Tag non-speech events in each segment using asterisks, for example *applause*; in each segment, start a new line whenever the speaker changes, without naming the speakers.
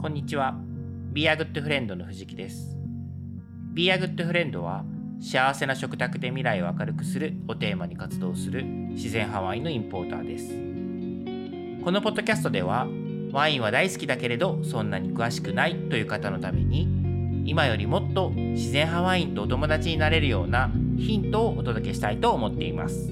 こんにちは。ビアグッドフレンドの藤木です。ビアグッドフレンドは幸せな食卓で未来を明るくするをテーマに活動する自然派ワインのインポーターです。このポッドキャストではワインは大好きだけれどそんなに詳しくないという方のために今よりもっと自然派ワインとお友達になれるようなヒントをお届けしたいと思っています。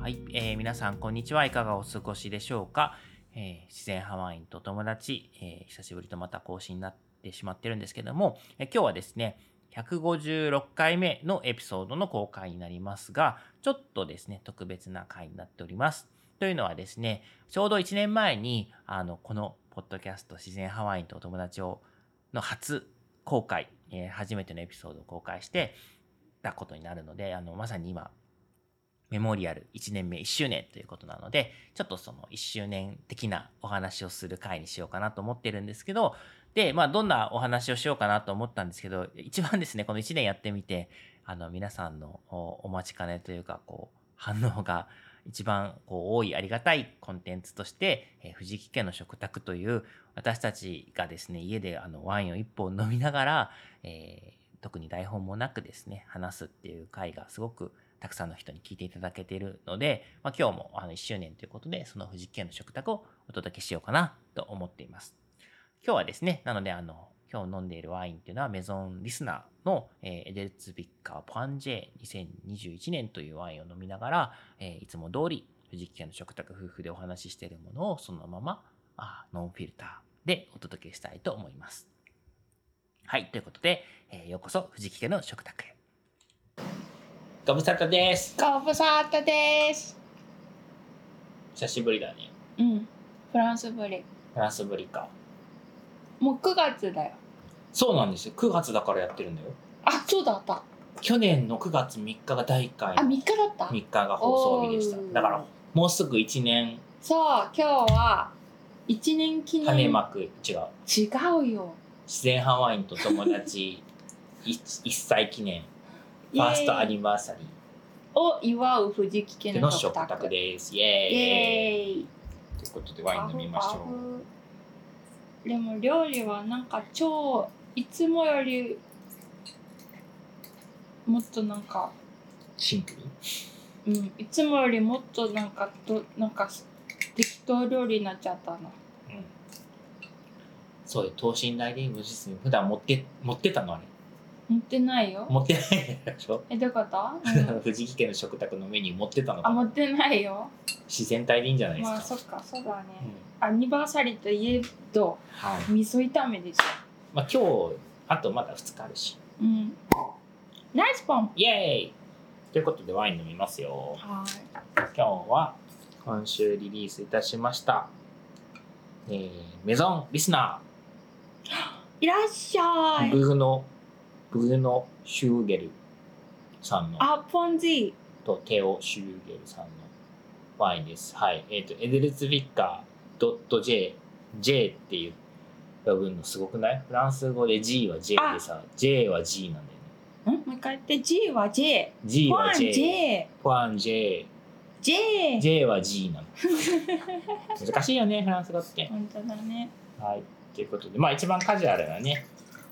はい、えー皆さんこんにちは。いかがお過ごしでしょうか。えー自然ハワインと友達、えー久しぶりとまた更新になってしまってるんですけども、えー今日はですね、156回目のエピソードの公開になりますが、ちょっとですね、特別な回になっております。というのはですね、ちょうど1年前に、あの、このポッドキャスト自然ハワインと友達を、の初公開、えー初めてのエピソードを公開してたことになるので、あの、まさに今、メモリアル1年目1周年ということなので、ちょっとその1周年的なお話をする回にしようかなと思ってるんですけど、で、まあどんなお話をしようかなと思ったんですけど、一番ですね、この1年やってみて、あの皆さんのおお待ちかねというか、こう、反応が一番こう多いありがたいコンテンツとして、えー藤木家の食卓という私たちがですね、家であのワインを一本飲みながら、えー特に台本もなくですね、話すっていう回がすごくたくさんの人に聞いていただけているので、まあ、今日もあの1周年ということで、その藤木家の食卓をお届けしようかなと思っています。今日はですね、なので、あの、今日飲んでいるワインっていうのはメゾンリスナーの、えーエデルツビッカーポアンジェ2021年というワインを飲みながら、えーいつも通り藤木家の食卓夫婦でお話ししているものをそのままあノンフィルターでお届けしたいと思います。はい、ということで、えーようこそ藤木家の食卓へ。ご無沙汰です。
ご無沙汰です。
久しぶりだね。
うん。フランスぶり。
フランスぶりか。
もう9月だよ。
そうなんですよ。9月だからやってるんだよ。
あ、そうだった。
去年の9月3日が第1回
あ、3日だった。
3日が放送日でした
おー
だからもうすぐ1年
そう、今日は1年記念。
種まく違う
違うよ。
自然ハワインと友達 1, 歳記念フ
イエ
ァーストア
イ
ニバーサリ
を祝う藤木家
ー
の
の
食
食
卓。
卓ですイ
イ
エーイ
エーイ。
ということでワイン飲みまし
パフパ
ょ
フでも料理はなんか超いつもよりもっとなんか
うシンプル
うんいつもよりもっとなんかとなんか適当料理になっちゃったな
うんそうよ等身大で無実に普段持って持ってたのあれ
持ってないよ
持ってないでしょ
えどう
*laughs*
いうこと、
普段藤木家の食卓のメニュー持ってたの
あ
か
持
な
ってないよ
自然体でいいんじゃないですか、
まあそっかそうだね、
うん
アニバーサリーといえど
はい
味噌炒めですよ
まあ、今日あとまだ2日あるし
うんナイスポン
イエーイということでワイン飲みますよ。
は
今日は今週リリースいたしました、えーメゾンリスナ
いいらっしゃ
ー、
い、
ブルーノブルーノ・シューゲルさんの
あポンジ
とテオ・シューゲルさんのワインです。はい。えっ、と、エデルツビッカー .j、j っていう部分のすごくないフランス語で g は j でさ、j は g なんだよね。
んもう一回言って G は J
g
ポン
は j、
J
ファン j、
J
J は G なの難しいよねフランス語って。
本当だね
はい、ということでまあ一番カジュアルなね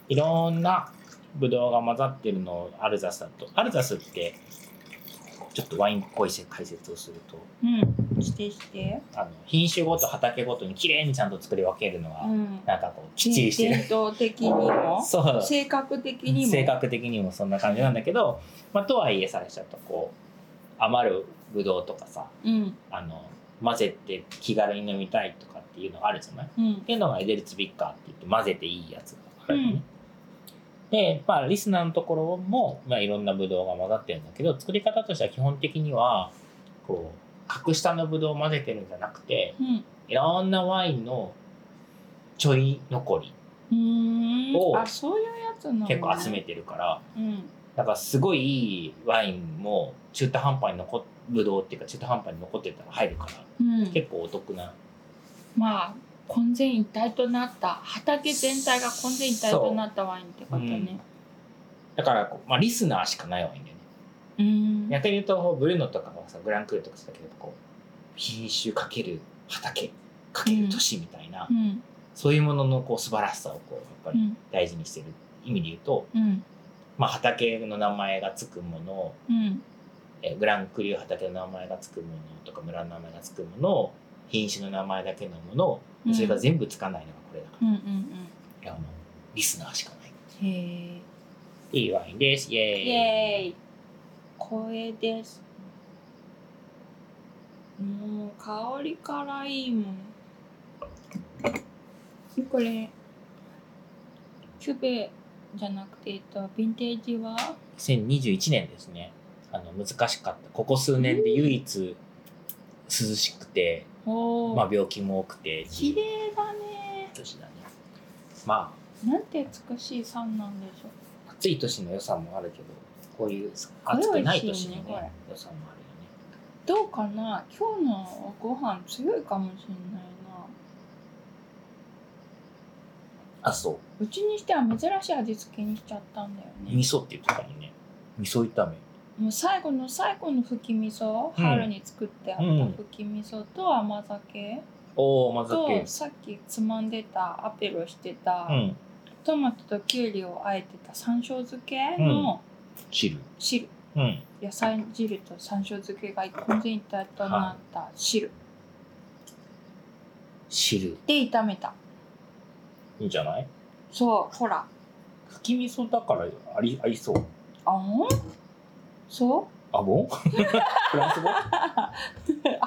いろんなブドウが混ざってるのをアルザスだとアルザスってちょっとワインっぽい解説をすると
うんしてして
あの品種ごと畑ごとにきれいにちゃんと作り分けるのが、
うん
なんかこうきっちりしてる
伝。統的に
*laughs*
も
そう
性格的にも
性格的にもそんな感じなんだけど、まあ、とはいえさちょっとこう余るブドウとかさ
うん
あの混ぜて気軽に飲みたいとかっていうのあるじゃないっ
うん
ていうのがエデルツビッカーって言って混ぜていいやつがあるのね。で、まあ、リスナーのところも、まあ、いろんなブドウが混ざってるんだけど作り方としては基本的にはこう格下のブドウを混ぜてるんじゃなくて
うん
いろんなワインのちょい残り
うーん
を
あそういうやつなのね
結構集めてるから、
うん
なんかすごいいいワインも中途半端に残っブドウっていうか中途半端に残ってたら入るから
うん
結構お得な
まあ混然一体となった畑全体が混然一体となったワインってことね。
だからこう、まあ、リスナーしかないワインだよね
うん
逆に言うとブルーノとかもさグランクールとかさだけどこう品種かける畑かける都市みたいな、
うん
そういうもののこう素晴らしさをこうやっぱ
う
り
ん
大事にしてる意味で言うと、
うん
まあ、畑の名前がつくものを
うん
えーグランクリュー畑の名前がつくものとか村の名前がつくものを品種の名前だけのものを
うん
それが全部つかないのがこれだか
うんうん
ら、いやもうリスナーしかない
うん。へ
いいワインですイエー
え。
イ
イエーイ。光栄です。もう香りからいいもん。これキュベじゃなくてえっとヴィンテージは
2021年ですねあの難しかったここ数年で唯一涼しくて、
おお。
まあ、病気も多くて
綺麗だね。
年だねま
なんて美しい山なんでしょ
あ暑い年の良さもあるけどこういう暑くない年のね
すごい美味しいよねこれ
良さもあるよね
う。どうかな。今日のご飯強いかもしれないな。
あそう
うちにしては珍しい味付けにしちゃったんだよ
味。
ね
噌って言ってたもんね味噌炒め
もう最後の最後の吹き味噌、
うん
春に作ってあった吹き味噌と甘酒
おおまず
と、
け
さっきつまんでたアペロしてた、
うん
トマトときゅうりをあえてた山椒漬けの
汁
汁、
うん
野菜汁と山椒漬けが混然一体となった汁
汁
で炒めた。
いいんじゃない
そうほら
吹き味噌だからありありそう
あんそう *laughs*
あぼん *laughs* フランス語
あ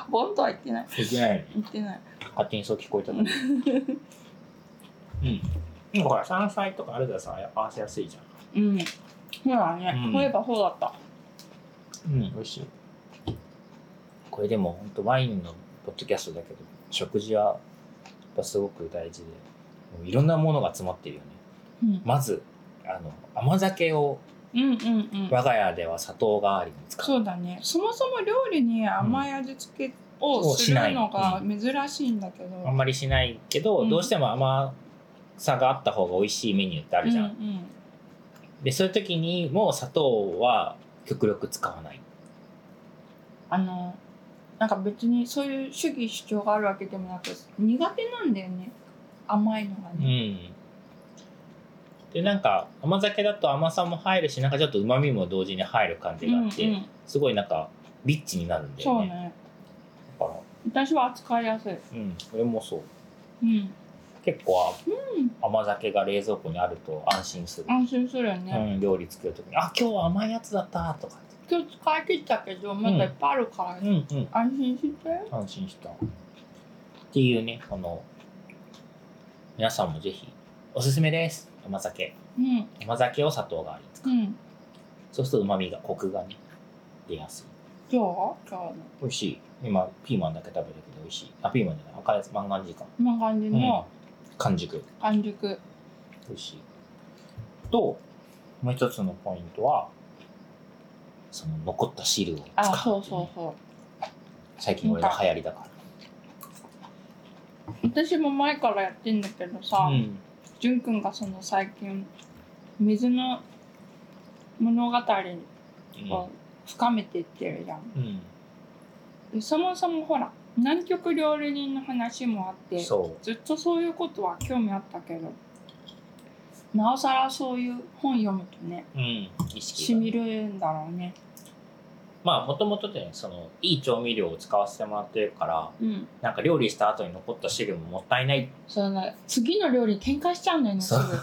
ボンとは言ってない
いけない
言ってない
勝手にそう聞こえただけうんだから山菜とかあるからさ合わせやすいじ
うんほらね、
うん
そういえばそうだった
ゃんうん美味しいこれでも本当ワインのポッドキャストだけど食事はやっぱすごく大事でもういろんなものが詰まってるよね
うん
まずあの甘酒を
うんうんうん
我が家では砂糖代わりに使う
そうだねそもそも料理に甘い味付けをするのが珍しいんだけど、
あんまりしないけど、
うん
どうしても甘さがあった方が美味しいメニューってあるじゃん、
うんうん
でそういう時にもう砂糖は極力使わない
あのなんか別にそういう主義主張があるわけでもなく苦手なんだよね甘いのが
う
ね、
んでなんか甘酒だと甘さも入るしなんかちょっとうまみも同時に入る感じがあって、
うん
すごいなんかリッチになるんだ
そ
よ
う
ね
ね
だか
私は扱いやすい
らうんこれもそう
うん
結構あ
うん
甘酒が冷蔵庫にあると安心する、
安心するよね、
うん、料理作る時に「あ今日は甘いやつだった」とかって
今日使い切ったけどまだいっぱいあるから、
うんうん
安心して
安心したっていうねこの皆さんもぜひおすすめです甘酒
うん
甘酒を砂糖代わりに使
う
う、
ん
そうするとうまみがコクがね出やすい
どう今日の
美味しい今ピーマンだけ食べるけど美味しいあピーマンじゃない赤いやつ万願寺か
こんな感じの
完熟
完熟
美味しいともう一つのポイントはその残った汁を使う
あそうそうそう
最近俺の流行りだか
私も前からやってんだけど
ら
さ、
ん
じゅんくんがその最近水の物語を深めていってるじゃん、
うん、
でそもそもほら南極料理人の話もあって
うん、そう
ずっとそういうことは興味あったけどなおさらそういう本読むとね
うん、意識
し
が
みるんだろうね
まあもともとねそのいい調味料を使わせてもらってるから
うん
なんか料理した後に残った汁ももったいない
その次の料理に展開しちゃうんだよねす
そう
ぐ
だか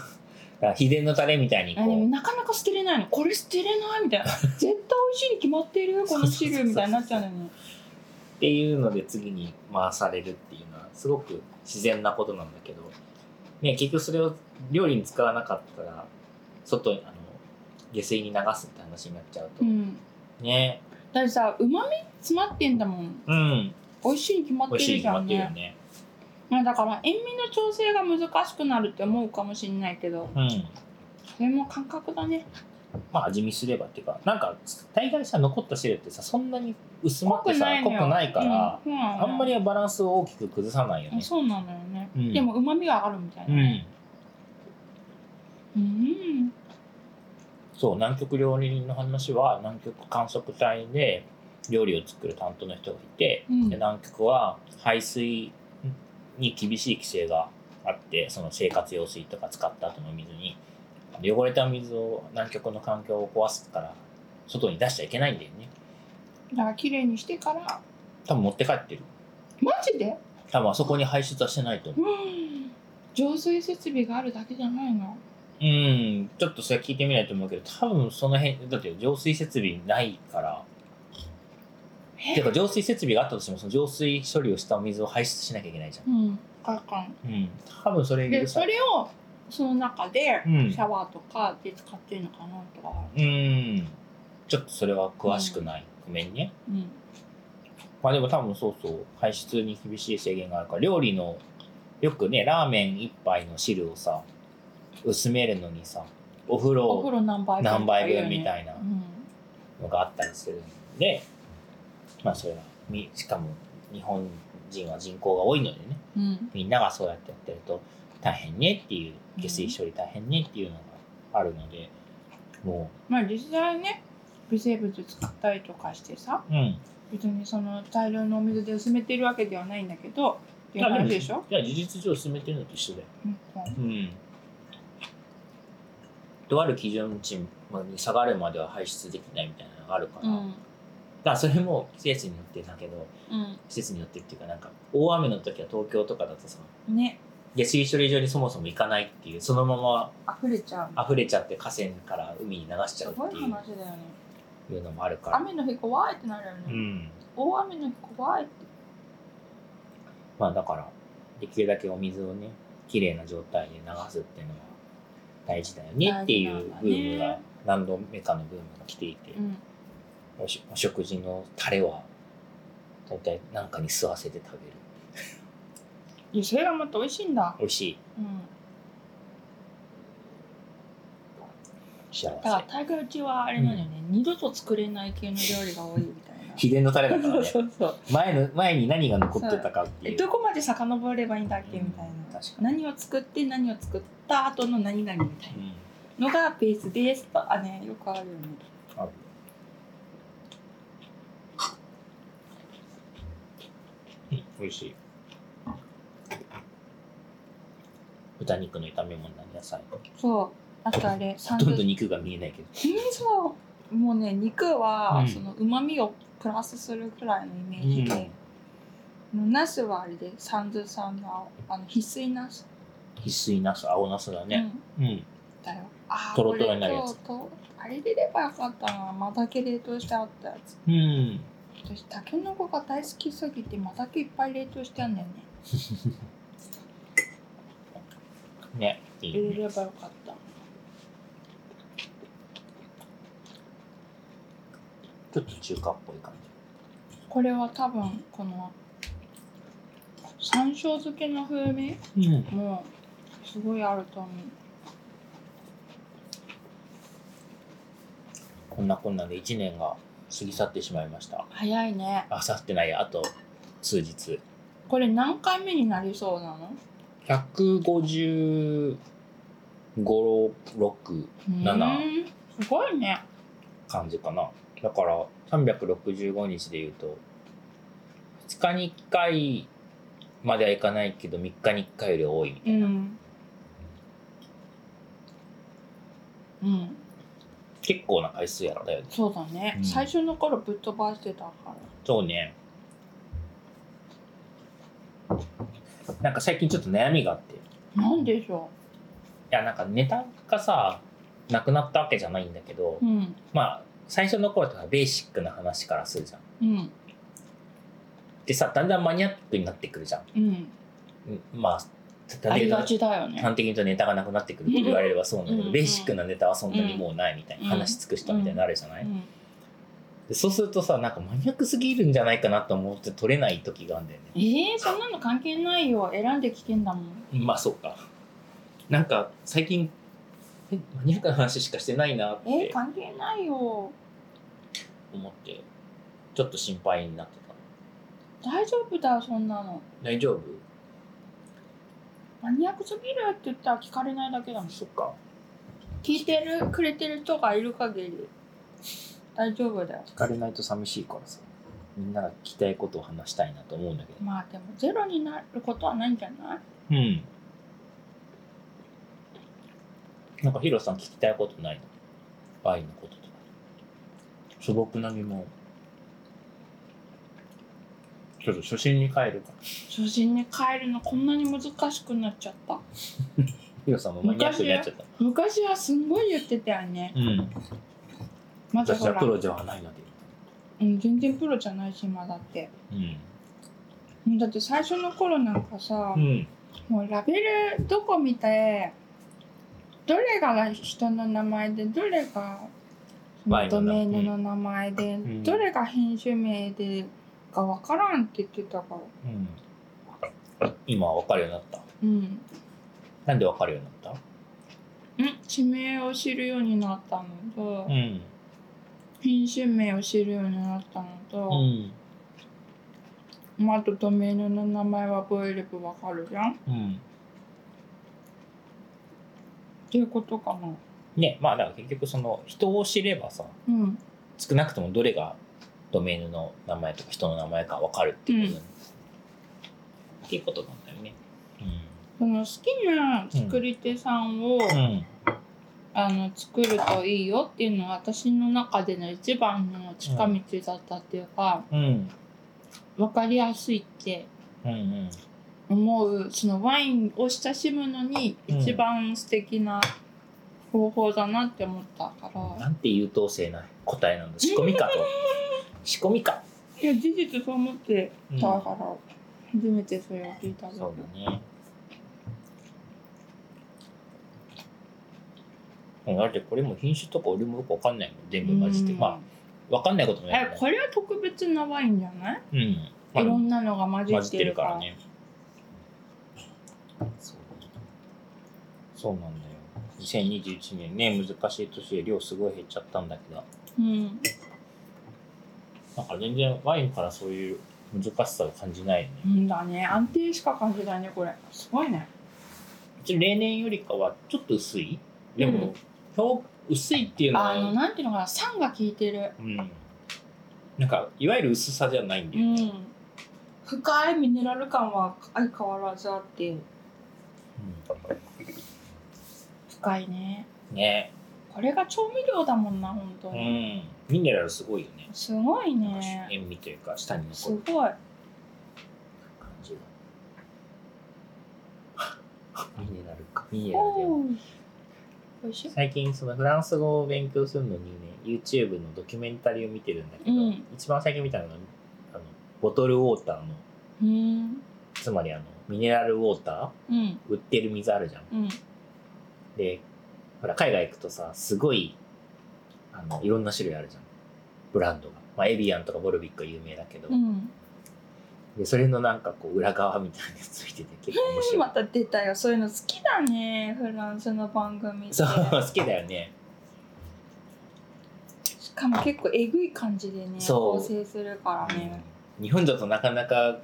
ら秘伝のタレみたいに
あでも
こ
なかなか捨てれないのこれ捨てれないみたいな絶対美味しいに決まってるこの汁みたいになっちゃうんだよね
うっていうので次に回されるっていうのはすごく自然なことなんだけど、ね、結局それを料理に使わなかったら外にあの下水に流すって話になっちゃうと、
うん
ね
だってさうまみ詰まってんだもん
うん
美味しいに決まっ
美
て
味しい
る
に
じ
決
ゃ
まっ
ん
てるよ
ね
ね
まあだから塩味の調整が難しくなるって思うかもしれないけど
うん
それも感覚だね
まあ味見すればっていうかなんか大概さ残った汁ってさそんなに薄まっ
濃
て
く
さ
ない
濃
の
く
よ
ないから、
うんそうなのよ
あんまりバランスを大きく崩さないよね。
そうなのよね、
うん
でも旨味が上がるみたいうなね
ん、
うん
そう南極料理人の話は南極観測隊で料理を作る担当の人がいて、
うん
で南極は排水に厳しい規制があってその生活用水とか使った後の水に汚れた水を南極の環境を壊すから外に出しちゃいけないんだよね
だから綺麗にしてから
多分持って帰ってる
マジで
多分あそこに排出はしてないと思う
うん浄水設備があるだけじゃないの
うんちょっとそれ聞いてみないと思うけど多分その辺だって浄水設備ないから
え
てか浄水設備があったとしてもその浄水処理をしたお水を排出しなきゃいけないじゃ
うんかかん
ん、うん、多分それ
で
許
そ
さ
れをその中でシ
うん
ャワーとかで使ってるのかなとか、
うんちょっとそれは詳しくない、ごめんね
うん、
まあでも多分そうそう排出に厳しい制限があるから料理のよくねラーメン一杯の汁をさ薄めるのにさお風
お
呂
風呂何杯分
何杯分み
みたい
たいな
な、うん
のがあったりするんでまあそれはみしかも日本人は人口が多いのでね
うん、
みんながそうやってやってると大変ねっていう下水処理大変ねっていうのがあるのでも
まあ実際ね微生物使ったりとかしてさ
ううん
別にその大量のお水で薄めてるわけではないんだけどっていう話でしょ、
いや事実上進めてるのと一緒だよ
うん
うんとある基準値に下がるまでは排出できないみたいなのがあるから、
うん
だからそれも季節によってだけど
う
季節によってっていうかなんか大雨の時は東京とかだとさ
ん、ね
下水処理場にそもそも行かないっていうそのま
溢れちゃう
ま溢れちゃって河川から海に流しち
す
ゃう
ご
っ
い
て
話だよね
いうのもあるから、
雨の日怖いってなるよね、
うん、
大雨の日怖いって
まあだからできるだけお水をねきれいな状態で流すっていうのは大事だよねってい
大
う
事なんだね
ブームが何度目かのブームが来ていて、
うん
おしお食事のタレは大体何かに吸わせて食べる
いやそれがまた美味しいんだ
美味しい
うん
幸
だから
せ
大概うちはあれなんだよね、二度と作れない系の料理が多いみたいな
秘伝のタレだか
*laughs* そ
ら
う
ね
そうそう
前の前に何が残ってたかって
え
いう
*laughs* どこまで遡ればいいんだっけみたい
うん
な
確かに
何を作って何を作った後の何々みたい
うん
なのがベースですとあねよくあるよね
あるうん美味しい豚肉の炒め物な野菜
そうあとあれ
ほ
サン
と
ド
んど
イッチ
肉が見えないけど
うんそうもうね肉
う
は
ん
そのうまみをプラスするくらいのイメージで、もうナスはあれでサンズさんのあの必須ナス
必須なす青なすだね
うん
うん、
だよあー
トロトロになるやつ
これととあれでればよかったなまたけ冷凍してあったやつ
うん、
私たけのこが大好きすぎてまたけいっぱい冷凍してあんだよね
ねいい
入
ね
れればよかった
ちょっと中華っぽい感
これは多分この山椒漬けの風味
じうん
もすごいあると思
こんなこんなで1年が過ぎ去ってしまいました
う早いね
あ去ってないやあと数日
これ何回目になりそうなの
155、6七
うーんすごいね
感じかなだから365日で言うと2日に1回まではいかないけど3日に1回より多い
うんうん
結構な回数やったよね
そうだね、
うん
最初の頃ぶっ飛ばしてたから
そうねなんか最近ちょっと悩みがあってい
なんでしょ
やなんかネタがさなくなったわけじゃないんだけど、
ううん
まあ最初の頃とかベーシックな話からするじゃん
うん
でさだんだんマニアックになってくるじゃん
うん
うんまあ
あり
例えば
がちだよね
端的に言うとネタがなくなってくるって言われればそうなんだけ
うんう
ど
ん
ベーシックなネタはそんなにもうないみたいな
うん
話し尽くしたみたいになるじゃな
う
い
ん
でそうするとさなんかマニアックすぎるんじゃないかなと思って取れない時があるんだよね
えー、そんなの関係ないよ選んで聞けんだもん
まあそうかなんか最近えマニアックな話しかしてないなっ
え
て
関係ないよ
思ってちょっと心配になってた
大丈夫だよそんなの
大丈夫
マニアックすぎるって言ったら聞かれないだけだもん
そっか
聞いてるくれてる人がいる限り大丈夫だよ
聞かれないと寂しいからさみんなが聞きたいことを話したいなと思うんだけど
まあでもゼロになることはないんじゃない
うんなんかヒロさん聞きたいことないの愛のこととか素朴な疑問ちょっと初心に帰るから
初心に帰るのこんなに難しくなっちゃった
ヒロさんもマニアックになっちゃった
昔はすんごい言ってたよね
うん
まず
私
ほ
は
ら
プ、ロではないので
うん、全然プロじゃないし今だって
うん
うんだって最初の頃なんかさ、
うん
もうラベルどこ見てどれが人の名前でどれが
前の
ド
名
メインの名前で、
ん
どれが編集名でが分からんって言ってたから
うん今は分かるようになった
うん、
なんで分かるようになっ
うん、地名を知るようになったのと、
たん
編集名を知るようになったの
う
と、
ん
まあ、あとドメインの名前は覚えれば分かるじゃんっ
うん
ていうことかな
ねまあだから結局その人を知ればさ
うん
少なくともどれがドメインの名前とか人の名前か分かるっていうことなんです、っていうことなんだよね。
その好きな作り手さんを、
うん。うん。
あの作るといいよっていうのは私の中での一番の近道だったっていうか、
うん。
分かりやすいって
うん。うん。
思うそのワインを親しむのに一番素敵な方法だなって思ったから、
なんて優等生な答えなんだ。仕込みかと。仕込みか。
いや事実そう思って
うん
たから、初めてそれを聞いたけ
そ
ど
うだね。うんだってこれも品種とか俺もよく分かんないもん全部混じって
うん
まあ分かんないこともない
えこれは特別なワインじゃない、
うん、まあ
いろんなのが混じ
混
っ
じってて
る
る
か
かららねそうそうなんだよ2021年ね難しい年で量すごい減っちゃったんだけど
うん、
なんか全然ワインからそういう難しさを感じないよね
うんだね安定しか感じないねこれすごいね
うち例年よりかはちょっと薄いでも、表薄いっていうのは
あのなんていうのかな酸が効いてる
うん、なんかいわゆる薄さじゃないんだ
う
よね、
ん、深いミネラル感は相変わらずあって深いね
うんね
これが調味料だもんな本当
う
に、
んミネラルすごいよね
すごい
なんか
ね
塩味というか舌に
す
残る
ごい
感じがミネラルかミネラルで
お
も
ーおいしい
最近そのフランス語を勉強するのにね YouTube のドキュメンタリーを見てるんだけど、
うん
一番最近見たのがあのボトルウォーターの
うん
つまりあのミネラルウォータ
うん
ー売ってる水あるじゃん
うん
でほら海外行くとさすごいあのいろんな種類あるじゃんブランドが、まあ、エビアンとかボルビックが有名だけど、
うん
でそれのなんかこう裏側みたいなやつついてて結構面白
ま
い
た出たよそういうの好きだねフランスの番組って
そう
し
好きだよね
かも結構えぐい感じでね
そう
構成するからね
日本だとなかなか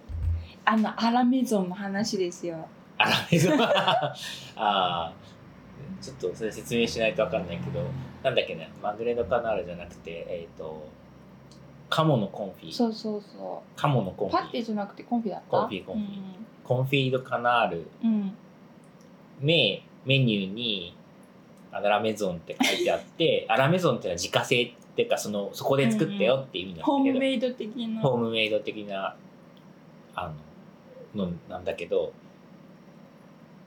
あのアラメゾンの話ですよ
あらめぞあ *laughs* あちょっとそれ説明しないとわかんないけどなんだっけねマグレドカナールじゃなくてえっ、とカモのコンフィ
そうそうそ
カモのコン
う
フ
パッ
ィ
テじゃなくてコンフィだった
コンフィコンフィコンフィドカナール
うん、うん
メメニューにアラメゾンって書いてあって
*laughs*
アラメゾンってのは自家製っていうかそのそこで作ったよっていう意味なんだけど、
ホームメイド的な
ホームメイド的なあののなんだけど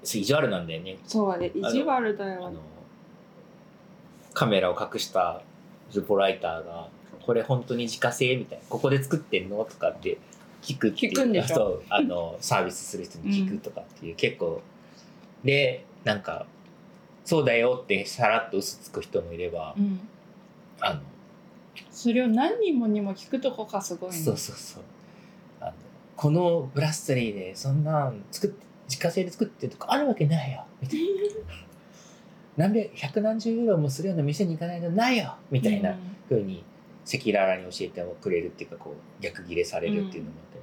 そう意地悪なんだよね
そうで意地悪だ
あ
よ
のカメラを隠したルポライターが「これ本当に自家製?」みたいな「ここで作ってんの?」とかって聞くっていう
聞くんでしょ
そうあのサービスする人に聞くとかっていう、結構でなんか「そうだよ」ってさらっと嘘つく人もいれば、
うん
あの
それを何人もにも聞くとこがすごいね
そうそうそうあのこのブラストリー
*laughs*
でそんなん作って自家製で作ってるとかあるわけないよみたい何百百何十ユーロもするような店に行かないとないよみたいなふうに赤裸々に教えてくれるっていうかこう逆ギレされるっていうのもあって、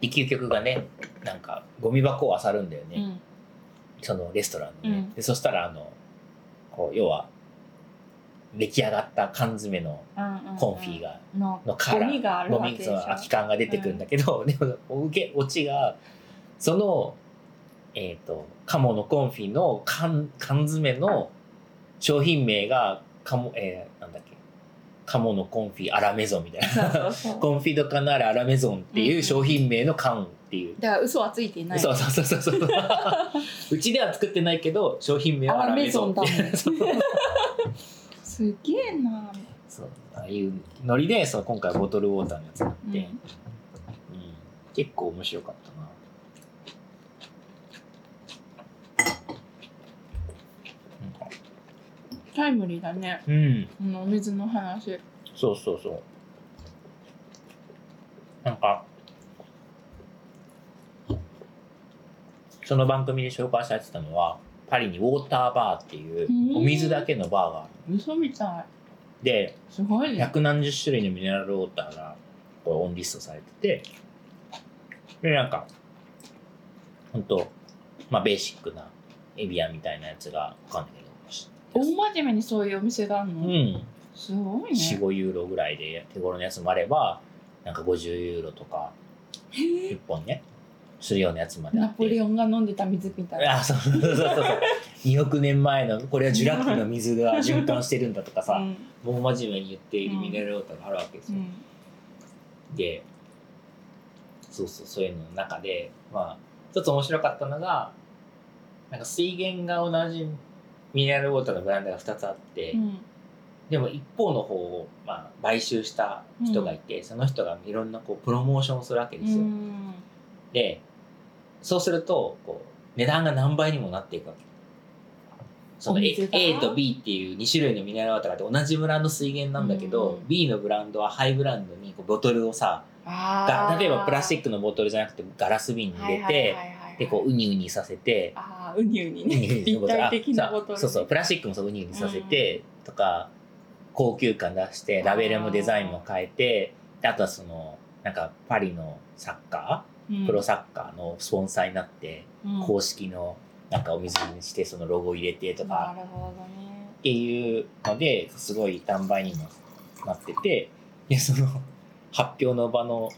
で究極がねなんかゴミ箱を漁るんだよね、
うんうん
そのレストランのね、
うん
でそしたらあのこう要は出来上がった缶詰の
うんうん
コンフィが、
の
のカラー
ゴミがある
ゴ
わ
ミ
けでし
そ
ょ
の空き缶が出てくるんだけど、でも受け落ちがそのえっ、と鴨のコンフィの缶缶詰の商品名が鴨えー、なんだっけ鴨のコンフィアラメゾンみたい
そう
な
そうそう
コンフィドカナーレアラメゾンっていう商品名の缶っていう、
だから嘘はついていない
そうそうそうそうそう *laughs* うちでは作ってないけど商品名はア
ア
ラ
ラ
メ
メ
ゾ
ゾ
ン
ン
って
だ
いう *laughs* そう
すげえな
そうああいうノリでその今回ボトルウォーターのやつがあって、
うん
うん結構面白かったななんか
タイムリーだね
うん
あのお水の話
そうそうそうなんかその番組で紹介されてたのはパリにウォーターバーっていう
うん
お水だけのバーがある
嘘みたい
です
ごいね
百何十種類のミネラルウォーターがこうオンリストされててでなんかほんとまあベーシックなエビアンみたいなやつがわかんないけど
大真面目にそういうお店がある
う
の、
ん
すごいね
45ユーロぐらいで手頃のやつもあればなんか50ユーロとか
へえ
1本ねするようなやつまであ
ナ
って
ポレオンが飲んでた水みたいな
あそうそうそうそうそう2億年前のこれはジュラックの水が循環してるんだとか
う
さ
ん
もう真面目に言っているミネラルウォーターがあるわけです
う
よ、
ん
でそうそうそういうのの中でまあ一つ面白かったのがなんか水源が同じミネラルウォーターのブランドが2つあって、
うん
でも一方の方を、まあ、買収した人がいて、その人がいろんなこうプロモーションをするわけですよ。
うん
でそうするとこう値段が何倍にもなっていくわけ。その
お
A,
水が
A と B っていう2種類のミネラルウォーターがあって同じブランド水源なんだけど、
うん
B のブランドはハイブランドにこうボトルをさ
あ
が
ー
例えばプラスチックのボトルじゃなくてガラス瓶に入れて、
はいはいはいはい
でこうウニウニさせて
ああウニウニ
*laughs*
ね
ウニウニの
立
ボトル
体的なボト
あ
ル
そうそうプラスチックもそうウニウニさせて、とか高級感出してラベルもデザインも変えてであとはそのなんかパリのサッカ
うん
ープロサッカーのスポンサーになって、
うん
公式のなんかお水にしてそのロゴ入れてと
な
か
るほどね
っていうのですごい何倍にもなっててでその発表の場の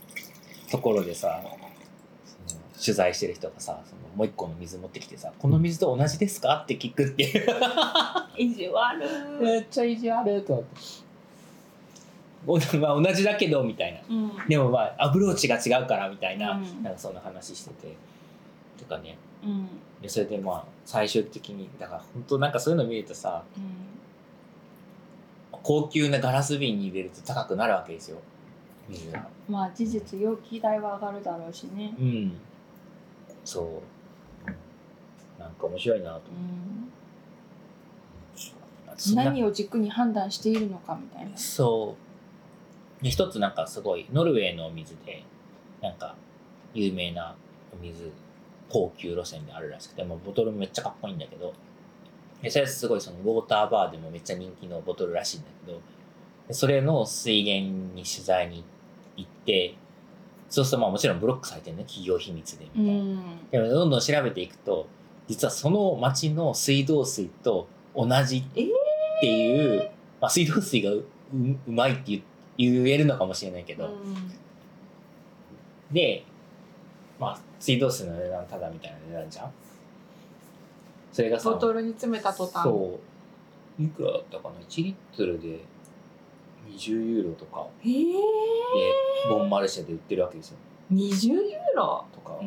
ところでさその取材してる人がさそのもう一個の水持ってきてさ「この水と同じですか?」って聞くっていう *laughs*
意地悪
めっちゃ意地悪と思ってお、まあ、同じだけどみたいな
うん
でもまあアプローチが違うからみたいな,、
うん
なんかそんな話しててとかね
うん
でそれでまあ最終的にだから本当なんかそういうの見るとさ
うん
高級なガラス瓶に入れると高くなるわけですよ水が
まあ事実容器代は上がるだろうしね
うんそうなんか面白いなと
うん
そんな
何を軸に判断しているのかみたいな
そうで一つなんかすごいノルウェーのお水でなんか有名なお水高級路線であるらしくてもうボトルもめっちゃかっこいいんだけどでそれすごいそのウォーターバーでもめっちゃ人気のボトルらしいんだけどでそれの水源に取材に行ってそうするとまあもちろんブロックされてるね企業秘密でみた
う
いな、
ん
でもどんどん調べていくと実はその町の水道水と同じっていう、まあ、水道水がうううまいって言う言えるのかもしれないけ
う
ど、
ん
で、まあ、水道水の値段ただみたいな値段じゃんそれがさ
ボトルに詰めた途端
そういくらだったかな1リットルで20ユーロとか
ええ
でボンマルシェで売ってるわけですよ
20ユーロ
とか、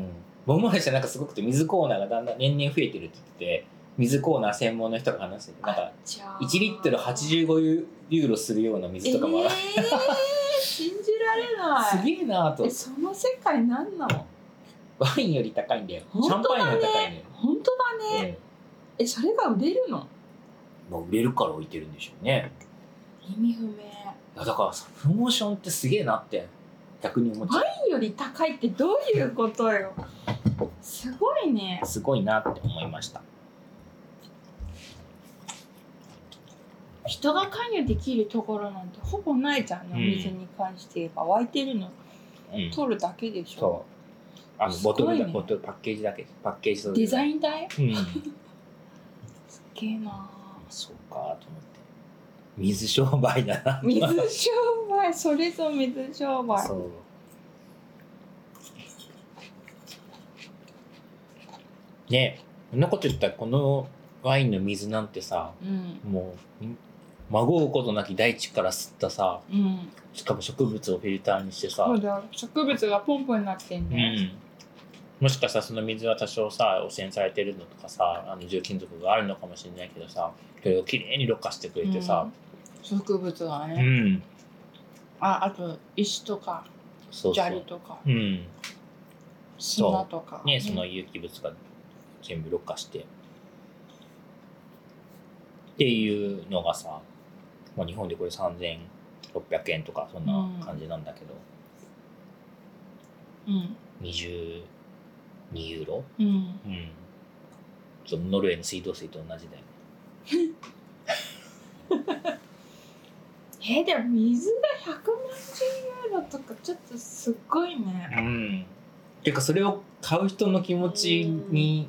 ボンマルシェなんかすごくて水コーナーがだんだん年々増えてるって言ってて水コーナー専門の人が話しててなんか
じゃあ
1リットル85ユーロするような水とかもある、
ええ信じられない
すげえなと
えその世界何なの
ワインより高いんだよシャン
本当
パ
だ
ン
ね
より高いんだよ、
本当だね
え
えそれが売れるの
えまあ、売れるから置いてるんでしょうね
意味不明
いやだからさプロモーションってすげえなって逆に思っちゃう
ワインより高いってどういうことよすごいね
すごいなって思いました
人が関与できるところなんてほぼないじゃん
う
ね、
ん
お店に関して言えば湧いてるの
うん
取るだけでしょ
そうあの
す
ボト
ご
ル
い
だ、
ね
ボトルパッケージだけパッケージと
デザ
ン
イン代
うん
すっげえな
そうかと思って水商売だ
*laughs*
な
水商売それぞ水商売
そうねえそんなこと言ったらこのワインの水なんてさ
うん
もうん孫うことなき大地から吸ったさ
うん
しかも植物をフィルターにしてさ、
そうだよ植物がポンポンになってん
う
ね、
ん、もしかしたらその水は多少さ汚染されてるのとかさあの重金属があるのかもしれないけどさそれをきれいにろ過してくれてさ、
うん植物が
う
ね、
ん
ああと石とか
そうそ
砂利
う、
とか
うんそう
砂とか
ね、その有機物が全部ろ過してっていうのがさ、まあ、日本でこれ3600円とかそんな感じなんだけど、
うん
22ユーロ
うん
うん。そのノルウェーの水道水と同じだよね。
えーでも水が100万ユーロとかちょっとすっごいね
うん。ていうかそれを買う人の気持ちに、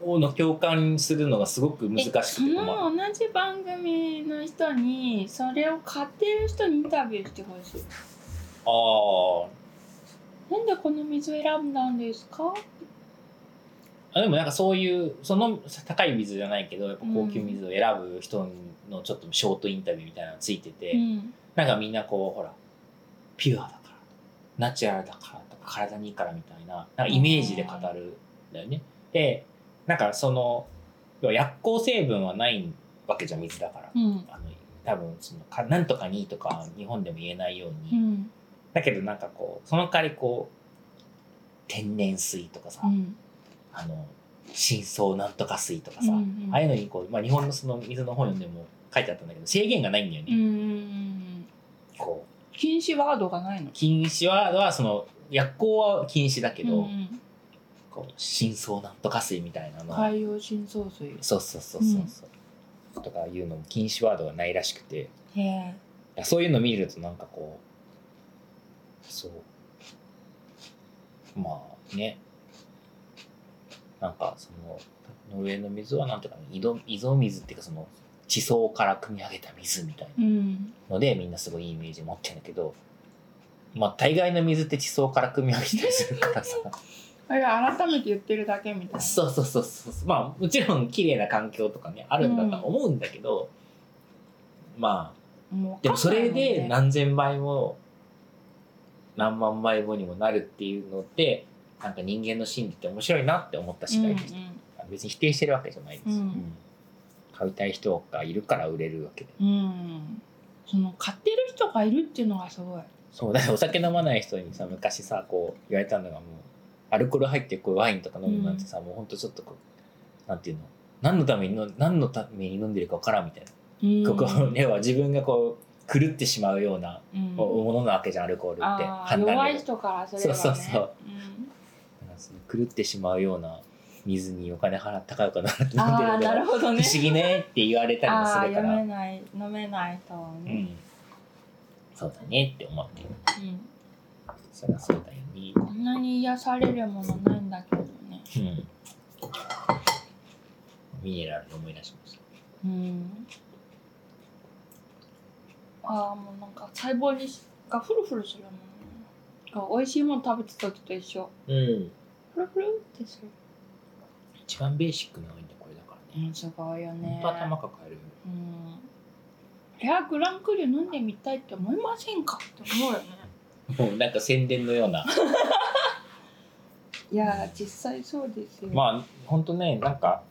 をの共感するのがすごく難しくて
えその
困る。
同じ番組の人にそれを買ってる人にインタビューしてほしい
あ
なんでこの水を選んだんですか
あ。あでもなんかそういうその高い水じゃないけどやっぱ高級水を選ぶ人のちょっとショートインタビューみたいなのついてて、
うん
なんかみんなこうほらピュアだからナチュラルだからとか体にいいからみたいななんかイメージで語るんだよね。でなんかその要は薬効成分はないわけじゃん水だから。
うん
あの多分そのかなんとかにとか日本でも言えないよう
う
に、
ん
だけどなんかこうその代わりこう天然水とかさ、
うん
あの深層なんとか水とかさ、
うんうん
ああいうのにこう、まあ、日本のその水の本読んでも書いてあったんだけど制限がないんだよね。
うんうんうん
こう
禁止ワードがないの
禁止ワードはその薬効は禁止だけど、
うん
こう深層なんとか水みたいな
うん、
の、
海洋深層水
そうそうそうそうそう、とかいうのも禁止ワードがないらしくて
へえ
そういうの見るとなんかこうそうまあねなんかそのノルウェーの水はなんとかね井戸井戸水っていうかその地層から汲み上げた水みたいな
うん
のでみんなすごいいいイメージ持ってるんだけどまあ大概の水って地層から汲み上げたりするからさ
あれ改めて言ってるだけみたい
*laughs*
な
そうそうそうそうまあもちろん綺麗な環境とかねあるんだとは思うんだけど、まあ
もう
でもそれ
わか
で
んないもんね
何千倍も何万倍もにもなるっていうのってなんか人間の心理って面白いなって思った次第です、別に否定してるわけじゃないです、
うん
ん買いたい人がいるから売れるわけで
うんうん、うん、その買ってる人がいるっていうのがすごい
そうだからお酒飲まない人にさ昔さこう言われたのがもうアルコール入ってこうワインとか飲むなんてさ、もうほんとちょっとこうなんていうの何のためにの何のために飲んでるかわからんみたいな、
うん
ここ要は自分がこう狂ってしまうような
うん
ものなわけじゃんアルコールって
あー弱い
力
人からすればね
そうそうそう
うん
なんかその狂ってしまうような水にお金払って高いお金払って飲んでる
ああ
ん
な
だ
るほどね
不思議ねって言われたりもす
ああ
る
ー
か
読
ら
めない飲めない人は
う
ね、
んそうだねって思って
うん
そりゃそうだよね
こんなに癒されるものないんだけどね
うんミネラルで思い出しました。
うんああもうなんか細胞にがフルフルするもんねなんか美味しいもの食べてた時と一緒
うん。
フルフルってする
一番ベーシックなワインってこれだからね。
うんすごいよ
本
ね
当頭抱えるよ。
うんこれはグランクリュー飲んでみたいって思いませんかって思うよね
もうなんか宣伝のよう
*laughs*
な。
いやー実際そうですよ、
まあ本当ねなんか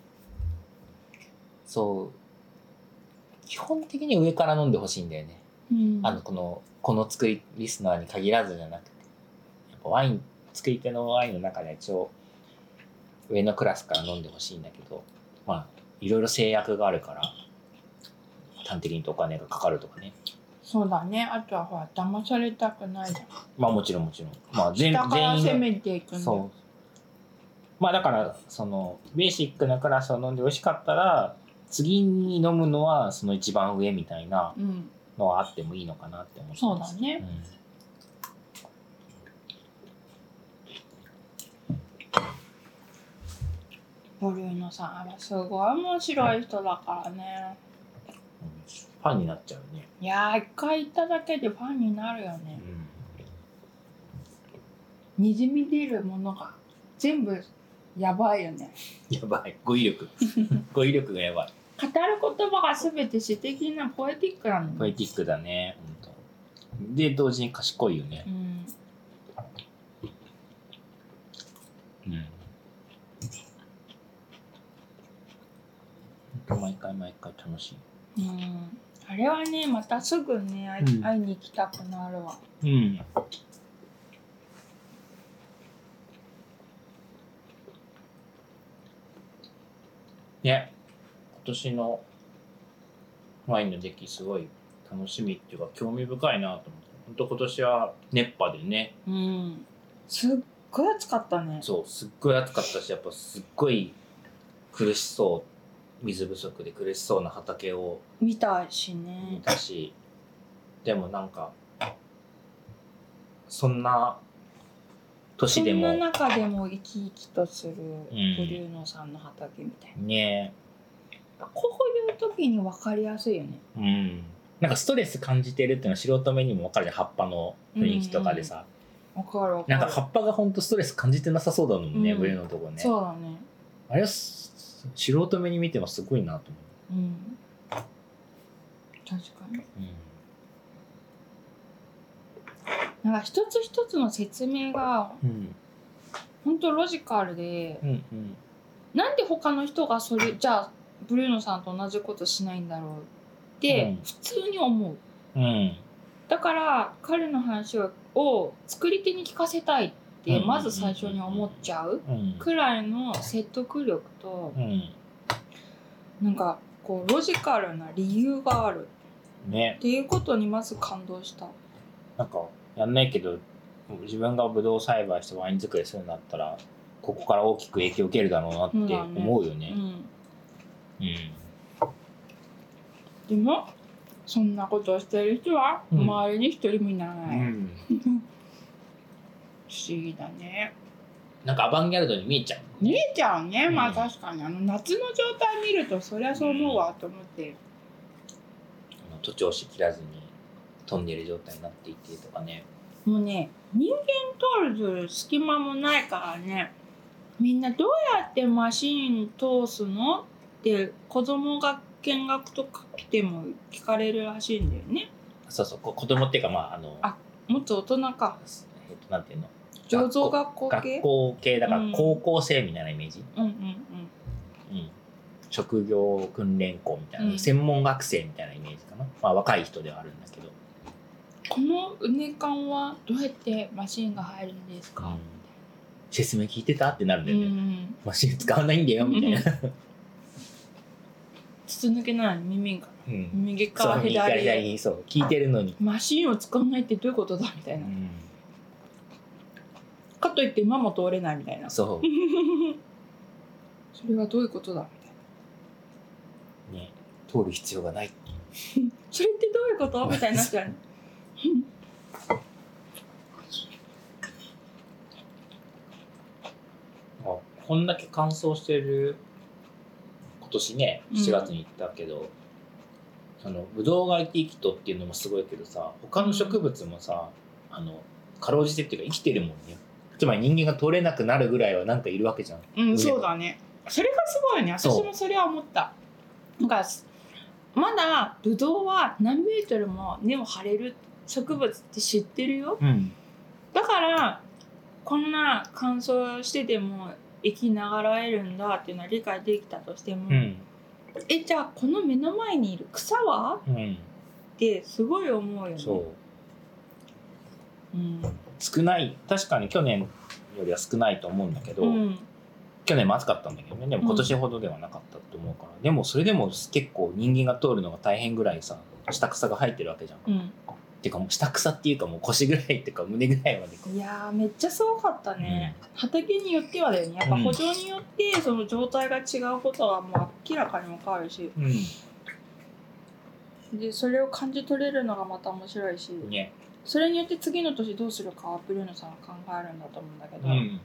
そう基本的に上から飲んでほしいんだよね。
うん、
あのこのこの作りリスナーに限らずじゃなくて、やっぱワイン作り手のワインの中では一応上のクラスから飲んでほしいんだけど、まあいろいろ制約があるから端的に言うとお金がかかるとかね。
そうだねあとはほら騙されたくないじゃん
まあもちろんもちろん。まあ全
下から攻
全員
めていく
が
んだ
そまあだからそのベーシックなクラスを飲んで美味しかったら次に飲むのはその一番上みたいな
うん、
のはあってもいいのかなって思って
そう
ま
だ
す。
ね。ボリューノさん、あれすごい面白い人だからね。
うんファンになっちゃうね。
いやー、一回行っただけでファンになるよね。にじみ出るものが全部やばいよね。
*laughs* やばい語彙力語彙力がやばい。
語る言葉が全て詩的なポエティックなの、
ポエティックだね。本当。で同時に賢いよね
う。ん、
うん。ほんと毎回毎回楽し
うん、あれはねまたすぐね会い,、
うん
会いに行きたくなるわ
い。うん。ね、今年のワインの出来すごい楽しみっていうか興味深いなと思って。本当今年は熱波でね、
うんすっごい暑かったね
そうすっごい暑かったしやっぱすっごい苦しそう水不足で苦しそうな畑を
見たし
見
ね
たし、でもなんかそんな
そ
年で
んな
も
中でも生き生きとするブ
ん
リューノさんの畑みたいな、
ね
こういう時に分かりやすいよね
えうんなんかストレス感じてるっていうのは素人目にも分かるじゃん葉っぱの雰囲気とかでさ、
分かる分かる
なんか葉っぱがほんとストレス感じてなさそうだもんね、
うん
ブルーのとこね
そうだね
あれはす素人目に見てもすごいなと思う
うん確かになんか一つ一つの説明が
うん
本当ロジカルで
うんうん
なんで他の人が
*coughs*
それじゃあブルーノさんと同じことしないんだろうって
うん
普通に思
う
う、
ん
だから彼の話を作り手に聞かせたいっ
うんうん
て
うん
まず最初に思っちゃう
うん
くらいの説得力と
うん
なんかこうロジカルな理由がある
ね
っていうことにまず感動した
なんかやんないけど自分がブドウ栽培してワイン作りするんだったらここから大きく影響を受けるだろうなって思うよ
う
ね。
ん
うん
でもそんなことをしてる人は
うん
周りに一人もいな
う
い、不思
ん
議だね
なんかアバンギャルドに見えちゃう、
見えちゃうね、
うん
まあ確かにあの夏の状態見るとそりゃそう思うわと思って、
あの徒長し切らずに飛んでる状態になっていてとかね。
もうね人間通る隙間もないからねみんなどうやってマシン通すのって子供が見学とか来ても聞かれるらしいんだよね
そうそうこ子供っていうかまああの
あもっと大人か
えっとなんていうの
醸造学校系
学校系だか
う
ら
ん
高校生みたいなイメージ。
うんうんうん
うん職業訓練校みたいな、
うん
専門学生みたいなイメージかな、まあ、若い人ではあるんだけど、
このうね缶はどうやってマシンが入るんですか、
うん説明聞いてたってなるん
う
だ
ん
よ
う
ね、
ん、
マシン使わないんだよみたいな、
筒抜けなのに耳が
うん、
右
そ
側
う右から
左
左にそう聞いてるのに、
マシンを使わないってどういうことだみたいなかといって馬も通れないみたいなそ
そ
れはどういうことだみたいな
うね通る必要がない
それってどういうこと
*laughs*
みたいになっちゃう
あこんだけ乾燥してる今年ね
うん
7月に行ったけど、あのブドウが生き生きとっていうのもすごいけどさ他の植物もさ、あのかろうじてっていうか生きてるもんねつまり人間が通れなくなるぐらいはなんかいるわけじゃん
うんそうだねそれがすごいね
そう
私もそれは思ったなんかまだブドウは何メートルも根を張れる植物って知ってるよ
うん
だからこんな乾燥してても生きながらえるんだっていうのは理解できたとしても、
うん
えじゃあこの目の前にいる草は
うん
ってすごい思うよね
そう
うん
少ない確かに去年よりは少ないと思うんだけど、
うん
去年も暑かったんだけどねでも今年ほどではなかったと思うから、でもそれでも結構人間が通るのが大変ぐらいさ下草が生えてるわけじゃん
うん
ていうかもう下草っていうかもう腰ぐらいとか胸ぐらいまでこう
いやーめっちゃすごかったね、畑によってはだよねやっぱ
うん
補助によってその状態が違うことはもう明らかに分かるしでそれを感じ取れるのがまた面白いし
ね、
それによって次の年どうするかはブルーノさんは考えるんだと思うんだけど、
うん、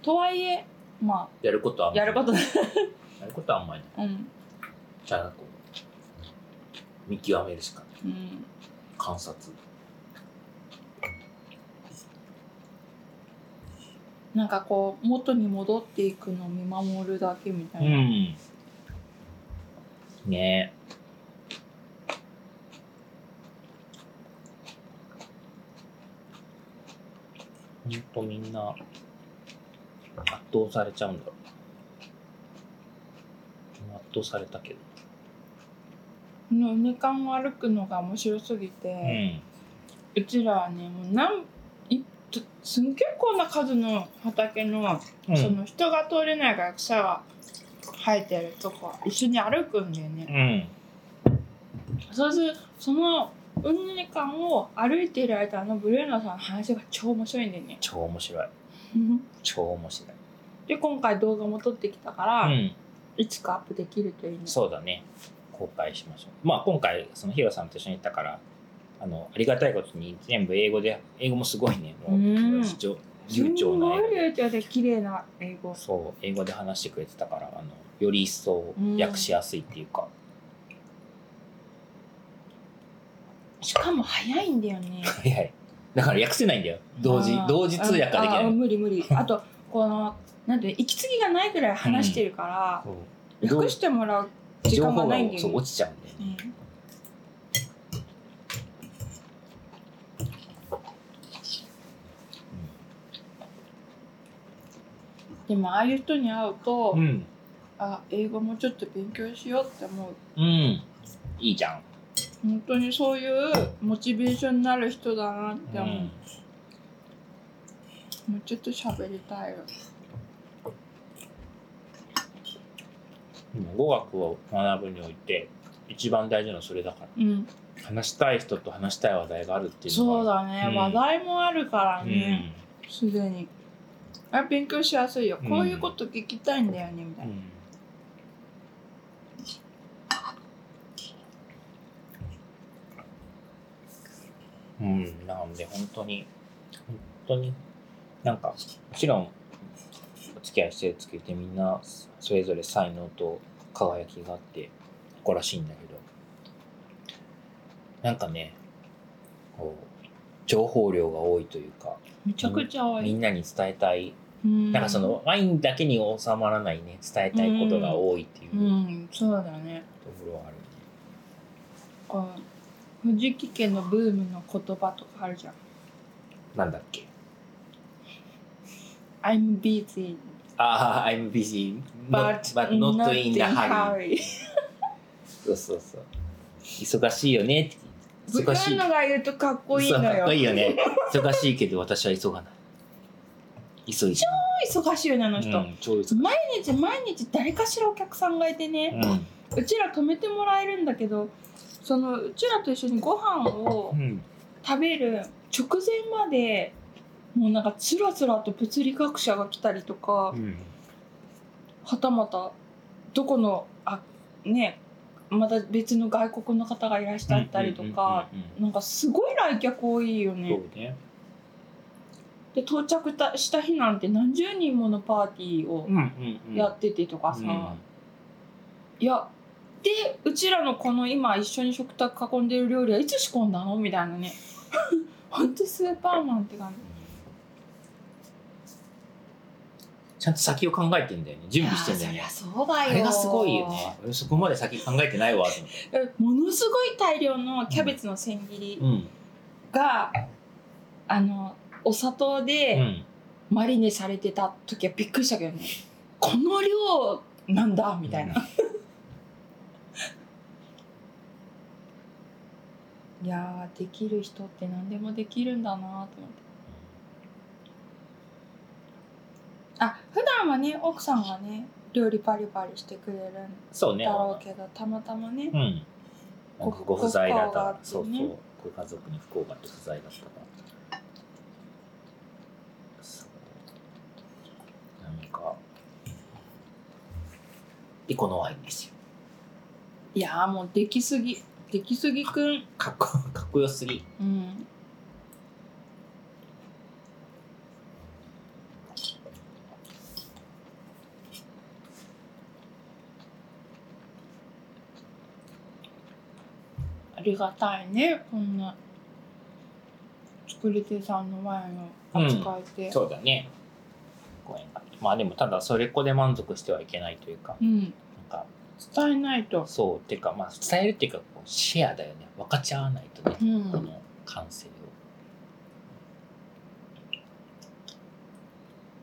とはいえま
やることはあ
あ
んまり
やることだ、
やることはあんまりない
うん
じゃあこう見極めるしかない
うん、
観察
なんかこう元に戻っていくのを見守るだけみたいな、
んねえほんとみんな圧倒されちゃうんだろうな圧倒されたけど
この畝間を歩くのが面白すぎ
う
て、
ん
うちらはねもうなんいちょすん結構な数の畑の
うん
その人が通れないから草が生えてるとこは一緒に歩くんだよね。
うん
そうするとその運動間を歩いている間のブルーノさんの話が超面白いんだよね。
超面白い超面白い
で今回動画も撮ってきたから、
うん
いつかアップできるといいね。
そうだね公開しましょうまあ今回そのヒロさんと一緒に行ったからあのありがたいことに全部英語で英語もすごいねもう
うん
流
すん
暢な
ごい
英語
流暢で綺麗な英語。
そう英語で話してくれてたからあのより一層
うん
訳しやすいっていうか、
しかも早いんだよね。
*laughs* 早いだから訳せないんだよ同時
あー
同時通訳ができな
あー
い
無理
*laughs*
無理。あとこのなんていうの息継ぎがないぐらい話してるから、
そうどう
訳してもらう時
情
間が
報が
ないんだ
そ
よ
う
ね。
落ちちゃうんだよね
うんでもああいう人に会うと、
うん、
あ英語もちょっと勉強しようって思
う
う
ん、いいじゃん、
本当にそういうモチベーションになる人だなって
う
思う、
ん、
もうちょっと喋りたいよ
語学を学ぶにおいて一番大事なのはそれだから
うん
話したい人と話したい話題があるっていうのが
そうだね、
うん
話題もあるからね
ね、
すで、にあ勉強しやすいよ、
うん
こういうこと聞きたいんだよねみた
う
い
ん
な、
うんなんで本当に本当になんかもちろんお付き合いしてる付き合いってみんなそれぞれ才能と輝きがあって誇らしいんだけどなんかねこう情報量が多いというか
めちゃくちゃ多
み
い、
んなに伝えたい
うん、
なんかそのワインだけに収まらないね伝えたいことが多いっていうううん
そうだね
ところはあるね。
こう藤木家のブームの言葉とかあるじゃん
なんだっけ
I'm busy
ああ、I'm busy not,
but,
but not
not
in the hurry.
hurry
そうそうそう。忙しいよねって。
ブ
忙
ラ
し
ン
い。
のが言うとかっこいい
そう
の
かっ
よ。
こいいよね。忙しいけど私は急がない。急いじ
超忙しいよねあ
ゃ
の
ん。
人、
うん、超忙しい。
毎日毎日誰かしらお客さんがいて
う
ね、
ん。
うちら止めてもらえるんだけどそのうちらと一緒にご飯を
うん。
食べる直前までもうなんかつらつらと物理学者が来たりとか、
うん。
はたまたどこのあねまた別の外国の方がいらっしゃったりとか、
うん。うんうんうん
なんかすごい来客多いよね。
そうね。
で到着たした日なんて何十人ものパーティーを
うんうんうん。
やっててとかさ、
うん
いやでうちらのこの今一緒に食卓囲んでる料理はいつ仕込んだのみたいなね
*laughs*
ほんとスーパーマンって感
ちゃんと先を考えてんだよね。
じ
準備してんだよ
いや
ね。
そりゃそうだよ
あれがすごいよね。俺そこまで先考えてないわと思って。
えものすごい大量のキャベツの千切り
うん。
が、あのお砂糖
う
で
ん。
マリネされてた時はびっくりしたけどね、この量なんだみたいな、いやーできる人って何でもできるんだなーと思ってあ普段はね奥さんがね料理パリパリしてくれるん
そうね。
だろうけどたまたまね
うん。ご不在だったら、そうそう。ご家族に不幸がって不在だったからそうなんかでこのワインですよ
いやーもう出来すぎ出来すぎくん
かっこかっこよすぎ
うんありがたいねこんな作り手さんのワインを扱えて、
そうだねご縁があってまあでもただそれっ子で満足してはいけないというか
うん
なんか
伝えないと
そうっていうかまあ伝えるっていうかこうシェアだよね分かち合わないとね
う、
こ
ん
の感性を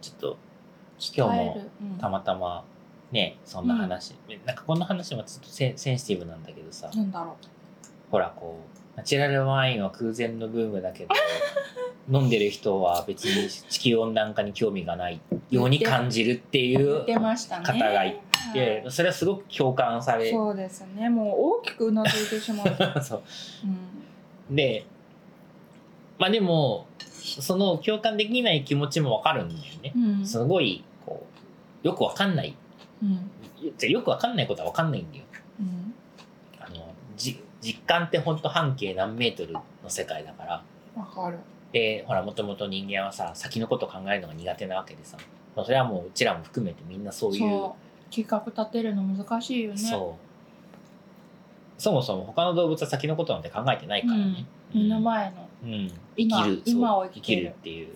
ちょっと今日
伝え
も
る、うん、
たまたまねそんな話、なんかこの話はちょっとセンセンシティブなんだけどさ、
なんだろ
ほらこうナチュラルワインは空前のブームだけど
*laughs*
飲んでる人は別に地球温暖化に興味がないように感じるっていうう
言ってましたね
方がい
はい
でそれはすごく共感され
そうですねもう大きくうなずいてしまう、
*laughs* そう
うん
でまあでもその共感できない気持ちもわかるんだよね、
うん
すごいこうよくわかんない
うん
じゃよくわかんないことはわかんないんだよ
うん
あのじ実感ってほんと半径何メートルの世界だから
わかる
でほらもともと人間はさ先のこと考えるのが苦手なわけでさまあそれはもううちらも含めてみんなそういう
そう計画立てるの難しいよね
そうそもそも他の動物は先のことなんて考えてないからね、うん
目の前の
うん、
今
生きるそう
今を生きて
る
る
っていう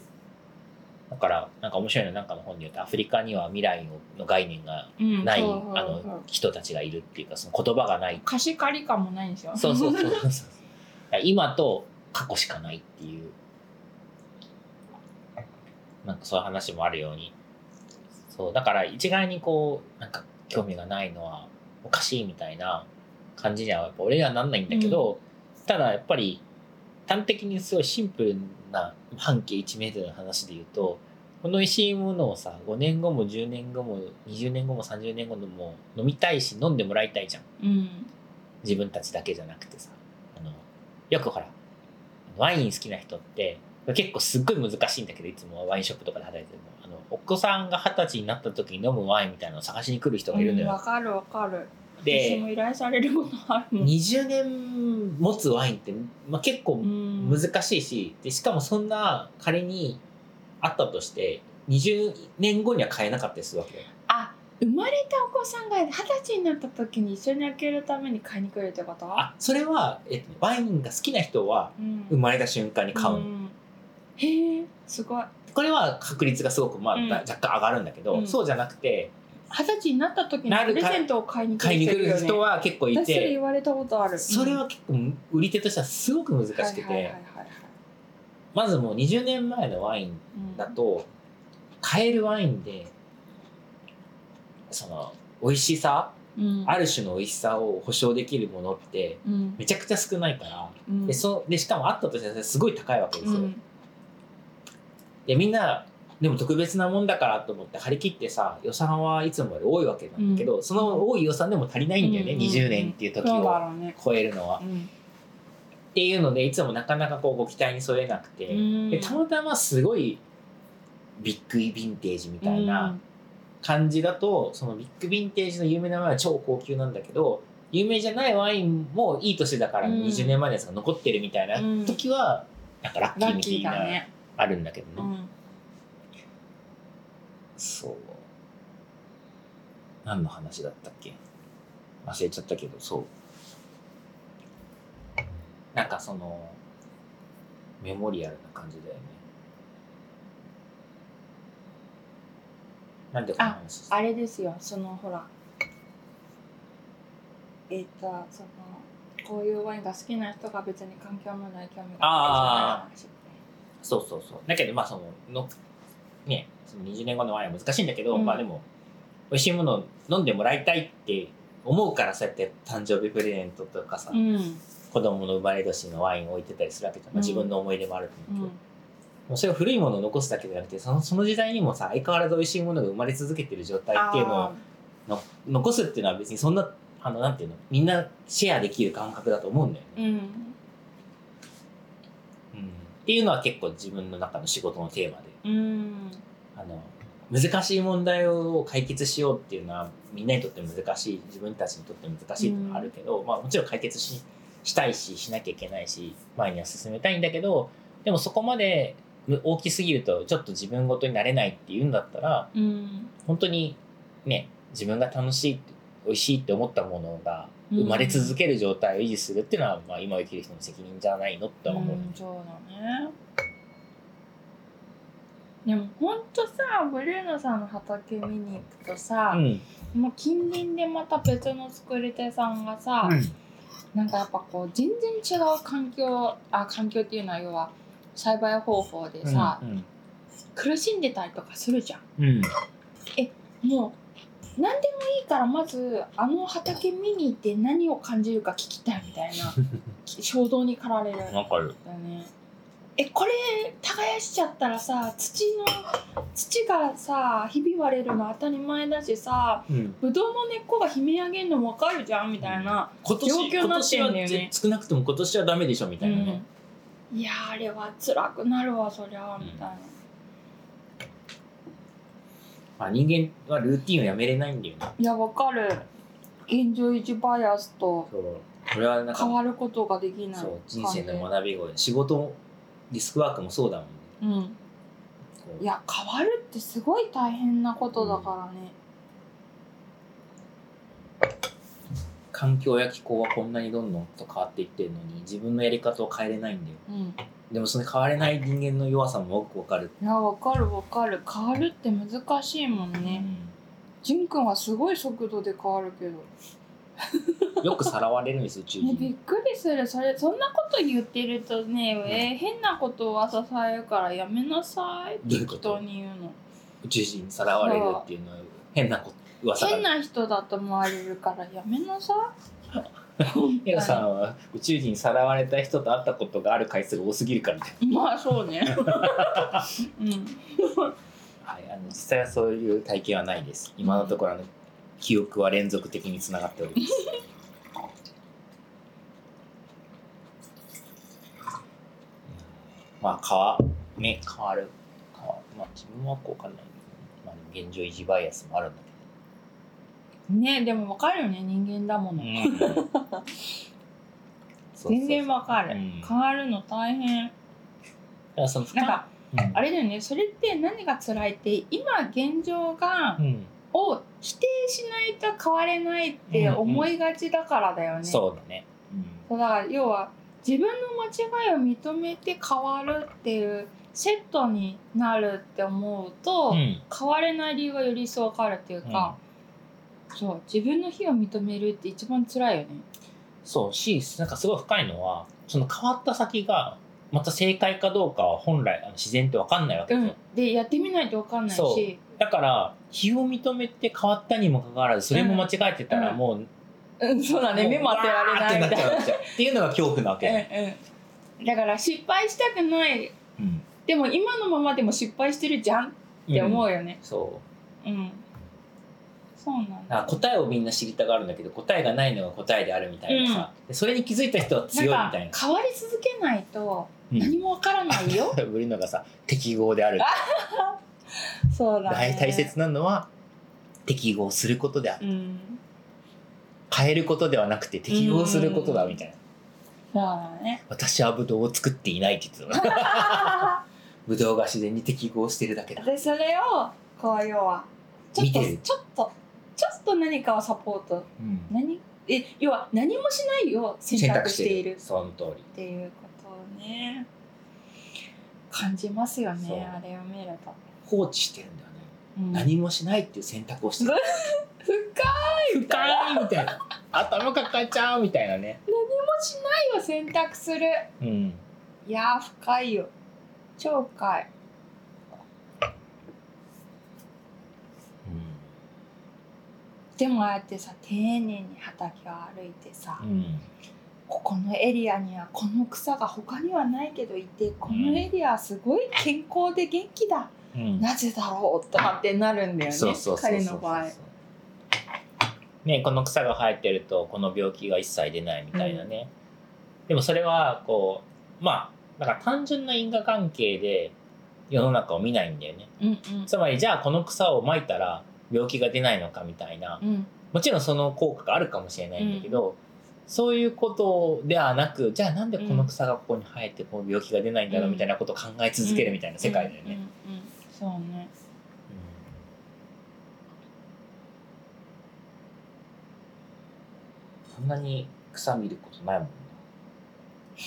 だからなんか面白いのなんかの本によってアフリカには未来の概念が
うん
ない、
そうそう
あ
そ
の
う
人たちがいるっていうかその言葉がない
貸し借り感もないんですよ
そうそうそうそうそう今と過去しかないっていうなんかそういう話もあるようにそうだから一概にこうなんか興味がないのはおかしいみたいな感じにはやっぱ俺にはなんないんだけど、ただやっぱり端的にすごいシンプルな半径1メートルの話で言うとこの美味しいものをさ5年後も10年後も20年後も30年後も飲みたいし飲んでもらいたいじゃん。
うん
自分たちだけじゃなくてさあのよくほらワイン好きな人って結構すっごい難しいんだけどいつもワインショップとかで働いてるのあのお子さんが二十歳になった時に飲むワインみたいなのを探しに来る人がいるの
うんわ
よ、
かるわかる私も
で
依頼されることあるもん、
20年持つワインって、まあ、結構
うん、
難しいしでしかもそんな仮にあったとして20年後には買えなかったりするわけよ
あ生まれたお子さんが二十歳になった時に一緒に開けるために買いに来るってこと
あそれは、えっと、ワインが好きな人は
うん
生まれた瞬間に買うの、
んへえすごい
これは確率がすごく、まあ
うん
だ若干上がるんだけど、
うん
そうじゃなくて
二十歳になった時に
な
プ
る
レ
か
ゼントを買いに来
買い
る
に来
い
る
る
人
よね
は結構い
私それ
て
言われたことある
それは結構売り手としてはすごく難しくて、
はいはいはいはいはい
まずもう20年前のワイン
うん
だと買えるワインでその美味しさ
うん
ある種の美味しさを保証できるものって
うん
めちゃくちゃ少ないから、
うん
でそでしかもあったとしてはすごい高いわけですよ。
うん
でみんなでも特別なもんだからと思って張り切ってさ予算はいつもより多いわけなんだけど、その多い予算でも足りないんだよね、
うんうんうん
20年っていう時
そうだ
を
ろうね
超えるのは。
う
っ
ん
ていうのでいつもなかなかこうご期待に添えなくて、
うん
でたまたますごいビッグヴィンテージみたいな感じだと、そのビッグヴィンテージの有名なワインは超高級なんだけど有名じゃないワインもいい年だから
うん
20年前のやつが残ってるみたいな時は、なんかラ
う
ッ
ん
キ
ラ
ー
ッ
み
キー
たい
だ
な、
ね
あるんだけどね。
うん
そう。何の話だったっけ忘れちゃったけど、そう。なんかその、メモリアルな感じだよね。なんでこの話した
あれですよそのほらえっとそのこういうワインが好きな人が別に環境もない興味が
あ
ないじゃ
そうそうそう。だけど、まあその、のね、その20年後のワインは難しいんだけど、
うん
まあでも、美味しいものを飲んでもらいたいって思うから、そうやって誕生日プレゼントとかさ、
ないうん
子供の生まれ年のワインを置いてたりするわけじゃん、まあ、
うん
自分の思い出もあると
う
思うけど、
ん
もうそれを古いものを残すだけじゃなくてそのその時代にもさ相変わらず美味しいものが生まれ続けてる状態っていうのを
あ
の残すっていうのは別にそんなあのなんていうのみんなシェアできる感覚だと思うんだよね、
ーうん
っていうのは結構自分の中の仕事のテーマで
うん
あの難しい問題を解決しようっていうのはみんなにとって難しい自分たちにとって難しいっていうのはあるけど、まあ、もちろん解決ししたいししなきゃいけないし前には進めたいんだけどでもそこまでむ大きすぎるとちょっと自分ごとになれないっていうんだったら
うん
本当にね自分が楽しいって美味しいって思ったものが生まれ続ける状態を維持するっていうのは、まあ、今を生きる人の責任じゃないのって
う
思う、
んそうだねでもほんとさブルーノさんの畑見に行くとさ、
うん
もう近隣でまた別の作り手さんがさ、なんかやっぱこう全然違う環境あ環境っていうのは要は栽培方法でさ、
うん
苦しんでたりとかするじゃ
うん
んもう何でもいいからまずあの畑見に行って何を感じるか聞きたいみたい
*laughs*
な衝動に駆られる
わかる、
だねえこれ耕しちゃったらさ土の土がさひび割れるの当たり前だしさ
うん
ぶどうの根っこが悲鳴上げるの分かるじゃんみたいな、
今
状
年
況になってんだよね
今年は少なくとも今年はダメでしょみたいなね、
うん、いやーあれは辛くなるわそりゃみたいな、
まあ、人間はルーティンをやめれないんだよね
いやわかる現状維持バイアスと
そうこれはなん
変
か
わることができない
そう人生の学び声仕事もリスクワークもそうだもんね
うん
こう
いや変わるってすごい大変なことだからね、
環境や気候はこんなにどんどんと変わっていってるのに自分のやり方を変えれないんだよ
うん
でもその変われない人間の弱さもよくわかる、
いやわかるわかる変わるって難しいもんねじんくんはすごい速度で変わるけ
う
ど、
んよくさらわれるんです宇宙
ね、びっ
人
くりするそれそんなこと言ってるとね、えー変なことを噂されるからやめなさいって
どういうこと
人に言うの
宇宙人にさらわれるっていうのは変なこと噂だ
変な人だと思われるからやめなさ
*laughs*
い本当
ヒ
に
ロさんは宇宙人にさらわれた人と会ったことがある回数が多すぎるからね
まあそうね *laughs* うん
はい、あの実際はそういう体験はないです。今のところあの記憶は連続的につながっております。 *laughs* まあ変わね変わる変わまあ自分はこうわかんない。まあでも現状維持バイアスもあるんだ
ねでもわかるよね人間だもの、
けど。
*laughs*
そうそう
全然わかる、
うんだ
変わるの大変
からその負
なん
担
か
うん
あれだよねそれって何が辛いって今現状が、
うん
を否定しないと変われないって思いがちだからだよね、そう
そうだね。うん
だから要は自分の間違いを認めて変わるっていうセットになるって思うと、
うん
変われない理由がより一層わかるっていうか、そう自分の非を認めるって一番辛いよね。
そうしなんかすごい深いのはその変わった先がまた正解かどうかは本来あの自然って分かんないわけ
う
ですよ、
ん、でやってみないとわかんない
そう
し
だから非を認めて変わったにもかかわらずそれも間違えてたら
うん
もう、
うんそうだね
もう
目も当てられないみたい
わーってっちゃうっていうのが恐怖なわけ、
な。うんうん、だから失敗したくない
うん
でも今のままでも失敗してるじゃんって思
うん
うよね。
そう
うん、そうなん
だから
だ。
答えをみんな知りたがるんだけど答えがないのが答えであるみたいなさ、でそれに気づいた人は強いみ
なん
た
か
いな
変わり続けないと
うん *laughs*
何もわからないよ。
ブリノがさ適合であるって
そうだね
大。大切なのは適合することである
うん。
変えることではなくて適合することだ
うん
みたいな
そうだね。
私はブドウを作っていないって言って
*laughs*
たのブドウが自然に適合してるだけだ
でそれをこう要はちょっ
見
と
てる
ちょっとちょっと何かをサポート
うん
何え要は何もしないを選
選
択
択
し
してて
い
い
る
るその通り
っていうことをね感じますよ
そう
ねあれを見ると。
放置してるんだよね、
うん
何もしないっていう選択を *laughs* してる
深いみたいな
深いみたいな頭抱えちゃうみたいなね
何もしないを選択する
うん
いやー深いよ超深いでもああやってさ丁寧に畑を歩いてさ、
うん
ここのエリアにはこの草が他にはないけどいてこのエリアはすごい健康で元気だ、
うん
なぜだろうとかってなるんだよね
そうそうそうそう
彼の場合
ねこの草が生えてるとこの病気が一切出ないみたいなね、でもそれはこうまあだから単純な因果関係で世の中を見ないんだよね。
うん
つまりじゃあこの草をまいたら病気が出ないのかみたいな
うんうん
もちろんその効果があるかもしれないんだけど、そういうことではなくじゃあなんでこの草がここに生えてこの病気が出ないんだろうみたいなことを考え続けるみたいな世界だよね。
うんうんうんそうね
こんなに草見ることないもんね。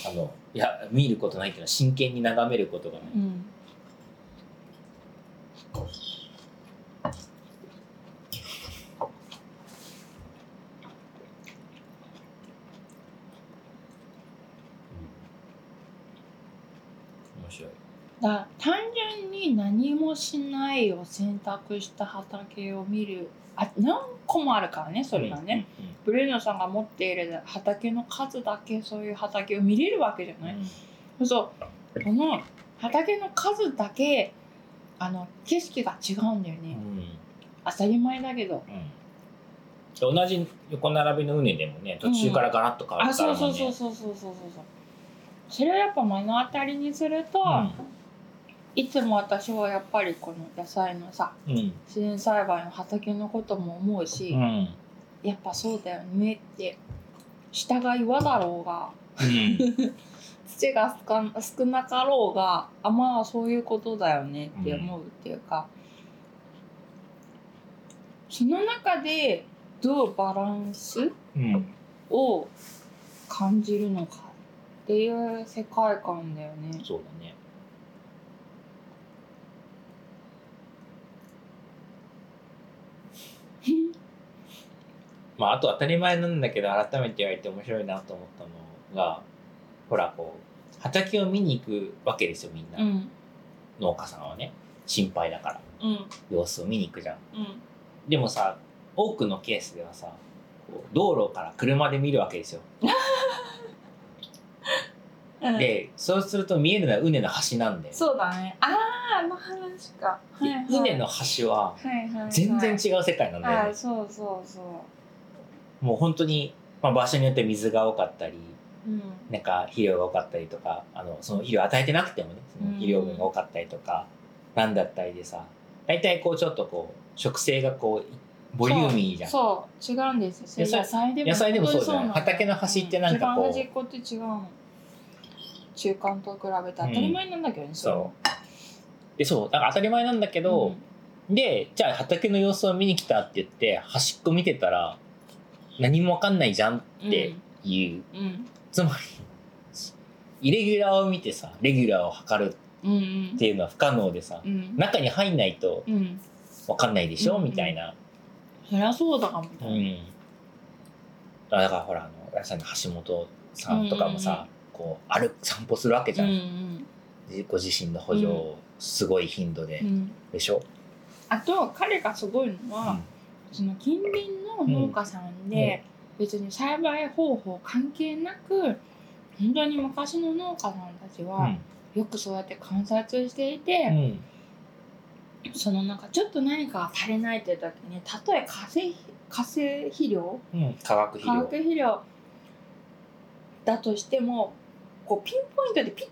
あの、いや、見ることないっていうのは真剣に眺めることがない。
うん
面白い。
だ単純に何もしないを選択した畑を見るあ何個もあるからねそれがね、ブレーノさんが持っている畑の数だけそういう畑を見れるわけじゃ
うん。
ない、
うん
そうこの畑の数だけあの景色が違うんだよね、
うん
当たり前だけど
うん同じ横並びの畝でもね途中からガラッと変わ
あ
るか
そ
ら
うそう
も
そう
ね
そうそうそうそうそうそれをやっぱ目の当たりにすると、いつも私はやっぱりこの野菜のさ
うん
自然栽培の畑のことも思うし、
うんうん
やっぱそうだよねって下が岩だろうが土が少な少なかろうがあまあそういうことだよねって思うっていうか、その中でどうバランス
うんうん
を感じるのかっていう世界観だよね。
そうだ
*laughs*
ねまああと当たり前なんだけど改めて言われて面白いなと思ったのがほらこう畑を見に行くわけですよみんな、
うん
農家さんはね心配だから
うん
様子を見に行くじゃん
うん
でもさ多くのケースではさこう道路から車で見るわけですよ
うん
でそうすると見えるのは畝の端なんで
そうだね。ああ、あの話か。はいはい、
畝の端は
はいはいはい、
全然違う世界なんだよね、
ああ、そうそうそ
もう本当に、まあ、場所によって水が多かったり
う。うん。
なんか肥料が多かったりとかあのその肥料与えてなくてもねその肥料分が多かったりとか、なんだったりでさ大体こうちょっとこう植生がこうボリューミーじゃん
そう、違うんですよ。それ
野菜
野菜でも
野菜でもそうじゃない
本当になの
畑の端ってなんかこう
うん一番端っこって違うの。中間と比べて当たり前なんだけどね。
そうでそうだから当たり前なんだけ
れ
ど、でじゃあ畑の様子を見に来たって言って端っこ見てたら何もわかんないじゃんっ
うん
ていう、
うんうん
つまりイレギュラーを見てさレギュラーを測る
うん
っていうのは不可能でさ
うんうん
中に入んないと
うん。
わかんないでしょ、
うん
みたいな、
そりゃそうだかも。
うん、あだからほらあのさんの橋本さんとかもさ、こう歩く散歩するわけじ
う
ゃ
ん
ん、
うん
ご自身の補助をすごい頻度で、
うん。
でしょ、
あと彼がすごいのは、その近隣の農家さんで、別に栽培方法関係なく本当に昔の農家さんたち
うんう
は
ん
よくそうやって観察していて、
うん
そのなんかちょっと何かが足りないって時にたとえ化成化成肥料
うん、化学
化
肥料
学肥料だとしてもこうピンポイントでピッ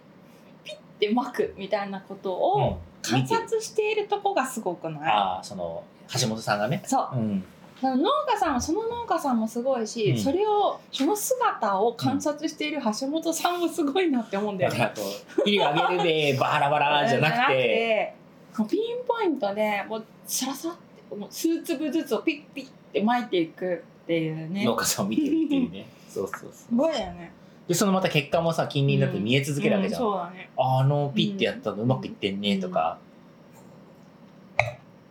ピッてまくみたいなことを
うん
観
見てる
察しているとこがすごくない、
ああその橋本さんがね、
そう
うん、
だから農家さんはその農家さんもすごいし、
うん
それをその姿を観察している橋本さんもすごいなって思うんだ
だか
よね。
らこう「肥料あげる
*laughs*
でバラバラ」じゃなくて
もうピンポイントでもうさらさってもう数粒ずつをピッピッって撒いていくっていうね
農家さんを見てるっていうねそうそうそ
すごいよね。
うでそのまた結果もさ近隣だって見え続けるわけじゃん、
うんそうだね。
あのピッてやったのうまくいってんねとか、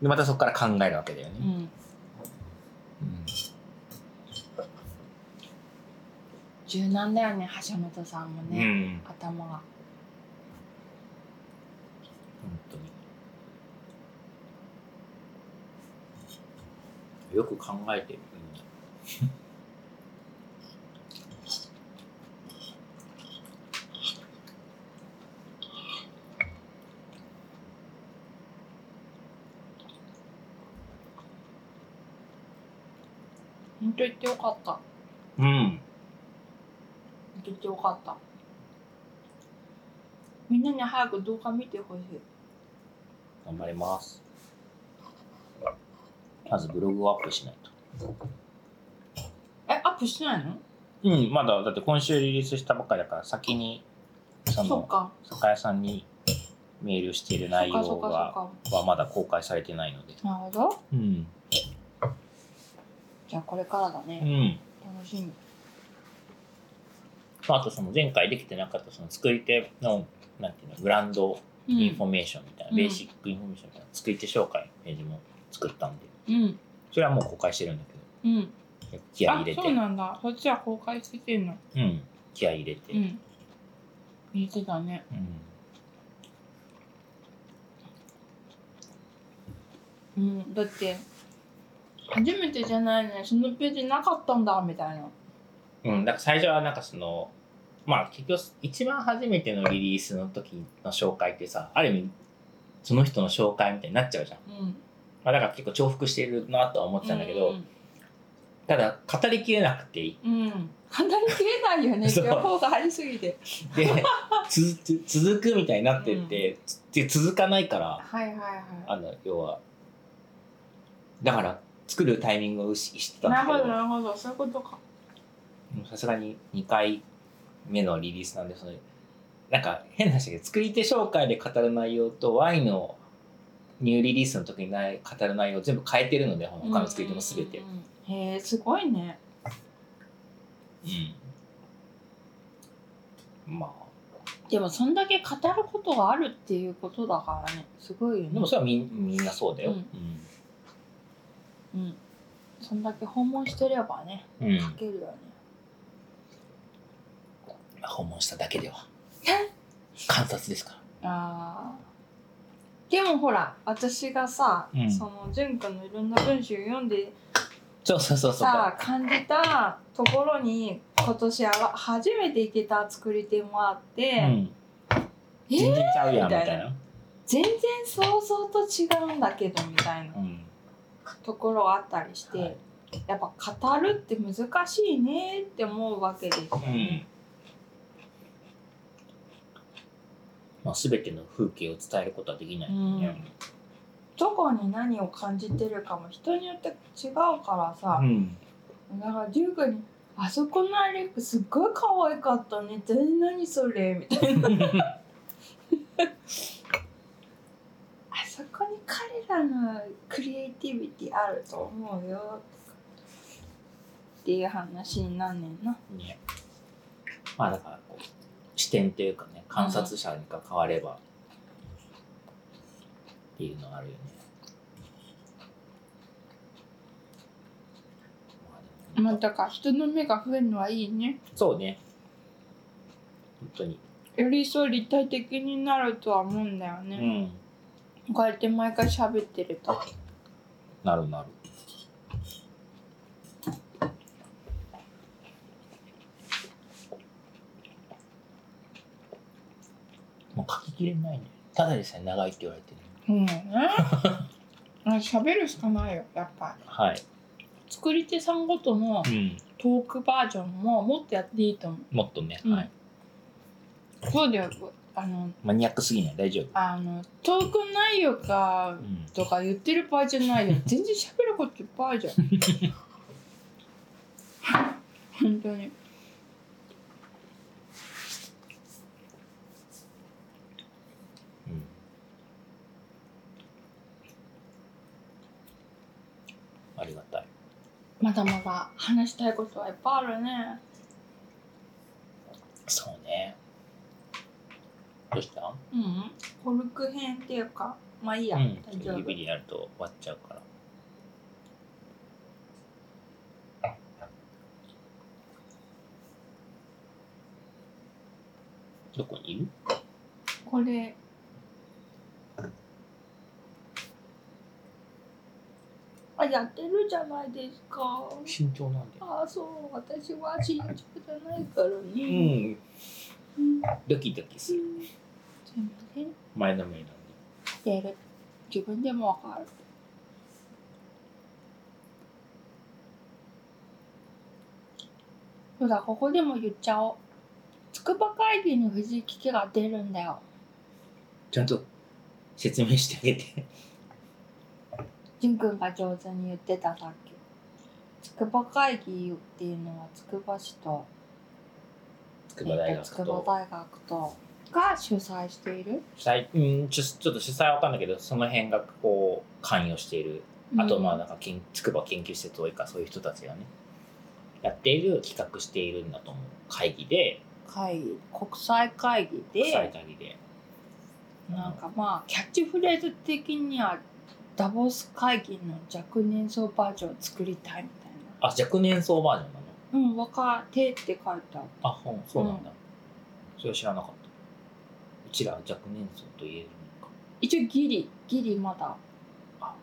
でまたそこから考えるわけだよ
う
ね、
ん、
うん
柔軟だよね橋本さんも
うん
ね、頭が。
本当によく考えてる、
本当言ってよかった。
うん、
言ってよかった。なに早く動画見てほしい。
頑張ります。まずブログをアップしないと。
え、アップしてないの
うん、まだだって今週リリースしたばっかりだから先にそ
そっ
の
か。
酒屋さんにメールしている内
そっかそ
容
っかそっ
が
か。
はまだ公開されてないので。
なるほど。
うん。
じゃあこれからだ
う
ね。
ん。
楽しみ。
まああとその前回できてなかったその作り手のなんていうのグランドインフォメーションみたいな、
うん
ベーシックインフォメーションみたいな作り手紹介のページも作ったんで、
うん。
それはもう公開してるんだ
うん。
けど、気合い
あ、
入れ
そう
て、
なんだ。そっちは公開しててんの。
うん、気合い入れて、
う
うん
ん。入れてたね。うん。だって、初めてじゃないね。そのページなかったんだ、みたいな。
うん、だから最初はなんかそのまあ結局一番初めてのリリースの時の紹介ってさある意味その人の紹介みたいになっちゃうじゃん、
うん。
まあ、だから結構重複してるなとは思ってたんだけど、ただ語りきれなくていい
うん。うん。かなり切れないよ
*laughs*
ね。
そう
情報が入りすぎて。
でつ *laughs* つ続くみたいになってって、つで続かないから
はいはいはい。
あの要はだから作るタイミングを意識してたんだ
なる
け
ほ
ど
ど、なるほど。そういうことか。
さすがに2回目のリリースなんでそのなんか変な話だけど作り手紹介で語る内容と Y のニューリリースの時にない語る内容を全部変えてるので他の作り手も全て、
うんうんうん。へえ、すごいね。
うんま
でも、そんだけ語ることがあるっていうことだからね。すごいよ
あ
ね。
でもそれはみんみんなそうだよ
うんうん。そんだけ訪問してればね、
うん、うん
書けるよね。
訪問しただけでは観察ですから
あーでもほら、私がさ、
うん
その純君のいろんな文章を読んで
そうそうそうそう
さ、感じたところに、今年は初めて行けた作り手もあって、
うん、
えー
全然ちゃうやんみたい
みたい
な、
全然想像と違うんだけどみたいな
うん
ところがあったりして、
はい
やっぱ語るって難しいねって思うわけですよね。
まあ、全ての風景を伝えることはできない、
うん
ね
どこに何を感じてるかも人によって違うからさ、
うん
だからジュウ君に「あそこのアレックすっごい可愛かったねで何それ」みたいな *laughs* 「あそこに彼らのクリエイティビティあると思うよ」っていう話になんねんな。
ねまあだからこう視点というかね観察者が変わればっていうのはあるよね、まあでも
まあだから人の目が増えるのはいいね。
そうね本当に
よりそう立体的になるとは思うんだよ
う
ね。
ん
こうやって毎回喋ってると。
なるなるもう書ききれないねただでさえ長いって言われてる
うんね。あ喋るしかないよやっぱ。
はい、
作り手さんごとの
うん、
トークバージョンももっとやっていいと思
もっとね、
う。
はい、
うん、そうだよ。あの、
マニアックすぎない大丈夫、
あの、トーク内容か
うん、
とか言ってる場合じゃないよ。全然喋ることいっぱいあるじゃん。本当に。
ありがたい
まだまだ話したいことはいっぱいあるね。
そうねどうした
うん。コルク編っていうか、まあいいや。
うん
大丈夫。
指でやると割っちゃうからどこにいる
これ。あ、やってるじゃないですか。
慎重なんだよ
ああ、そう、私は慎重じゃないから
う
ね。
ん
うん。
ドキドキす
す
る
みません。
前のめりなんで
やる。自分でもわかる。そうだ、ここでも言っちゃおう。筑波会議に藤井危機が出るんだよ。
ちゃんと説明してあげて。
純くんが上手に言ってたさっきつくば会議っていうのはつくば市と
筑波大
えっ
学
と筑波
と。
大学とが主催している
主催うんちょちょっと主催はわかんないけど、その辺がこう、関与している。あと、まあ、なんか、研筑波研究施設多いか、そういう人たちがね、やっている、企画しているんだと思う。会議で、
会議国際会議
国際
で
会議で。
なんかまあキャッチフレーズ的にはダボス会議の若年層バージョンを作りたいみたい
あ、若年層バージョンなの
なうん若手って書いてあった
あ、ほんそうなんだ。それは知らなかった。うちらは若年層と言えるのか。
一応ギリギリまだ
あ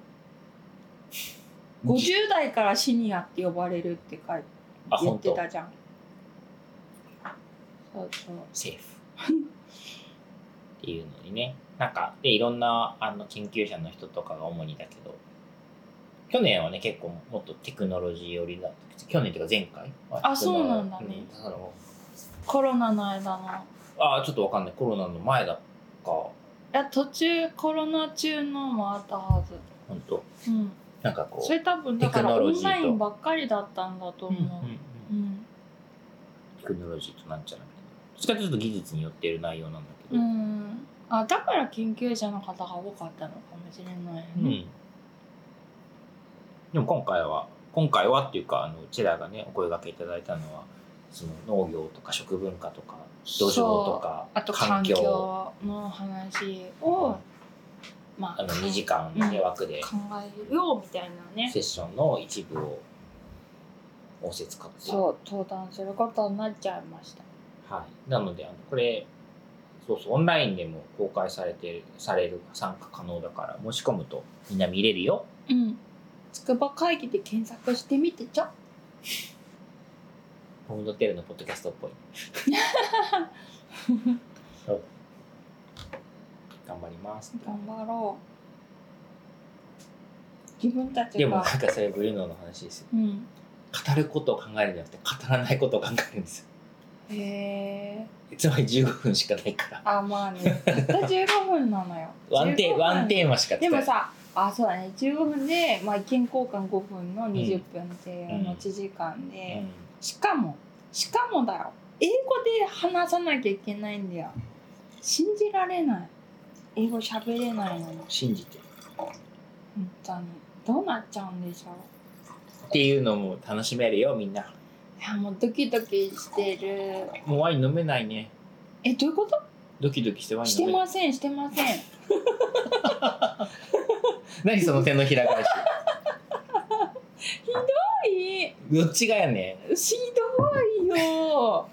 50代からシニアって呼ばれるって書いて
あ、
言
本
って
当。
たじゃんそうそう
セーフ。っていうのにね。なんか、で、いろんなあの研究者の人とかが主にだけど、去年はね、結構もっとテクノロジー寄りだった。去年っていうか前回は
あそうなんだね
うんその
コロナの間の
あ、ちょっとわかんない。コロナの前だか、
いや途中コロナ中のもあったはず
本当
うん
なんかこ、
そうれ多分だか
テ
ら
クノ
オ
ロジ
ン
ーと
ラインばっかりだったんだと
うんうん
思
うん
ううん
テクノロジーとなんちゃらみたいな。どっちかというと技術によっている内容なんだけ
う
ど、
んあだから研究者の方が多かったのかもしれない、
うんでも今回は今回はっていうかあのうちらがねお声がけいただいたのはその農業とか食文化とか土壌とか
あと環境の話を、ま
あの2時間の、ね
うん
枠で
考えようみたいなね
セッションの一部を応接活動、
そう登壇することになっちゃいました
はい、なのであのこれそうそうオンラインでも公開されてるされる参加可能だから申し込むとみんな見れるよ
うんつくば会議で検索してみてちょ
ホームドテルのポッドキャストっぽい *laughs* そう頑張りますって
頑張ろう自分たち
でも
が
なんかそれブルーノの話ですよ
うん
語ることを考えるんじゃなくて語らないことを考えるんですよ
へえ
つまり15分しかないから
あまあねたった15分なのよ
*laughs* ワンテ
15
ー
分
ワンテーマしか
でも
ない
さあそうだね15分で、まあ、意見交換5分の20分っていう持ち時間で、
うん
しかもしかもだよ英語で話さなきゃいけないんだよ信じられない英語喋れないのに本
信じてっ
当にどうなっちゃうんでしょう
ていうのも楽しめるよみんない
やもうドキドキしてる
もうワイン飲めないね
えどういうこと
ドキドキしてワイン
して
飲めない
ませんしてません
何その手のひら返し *laughs*
ひ
どっちがやね
どいひどいよ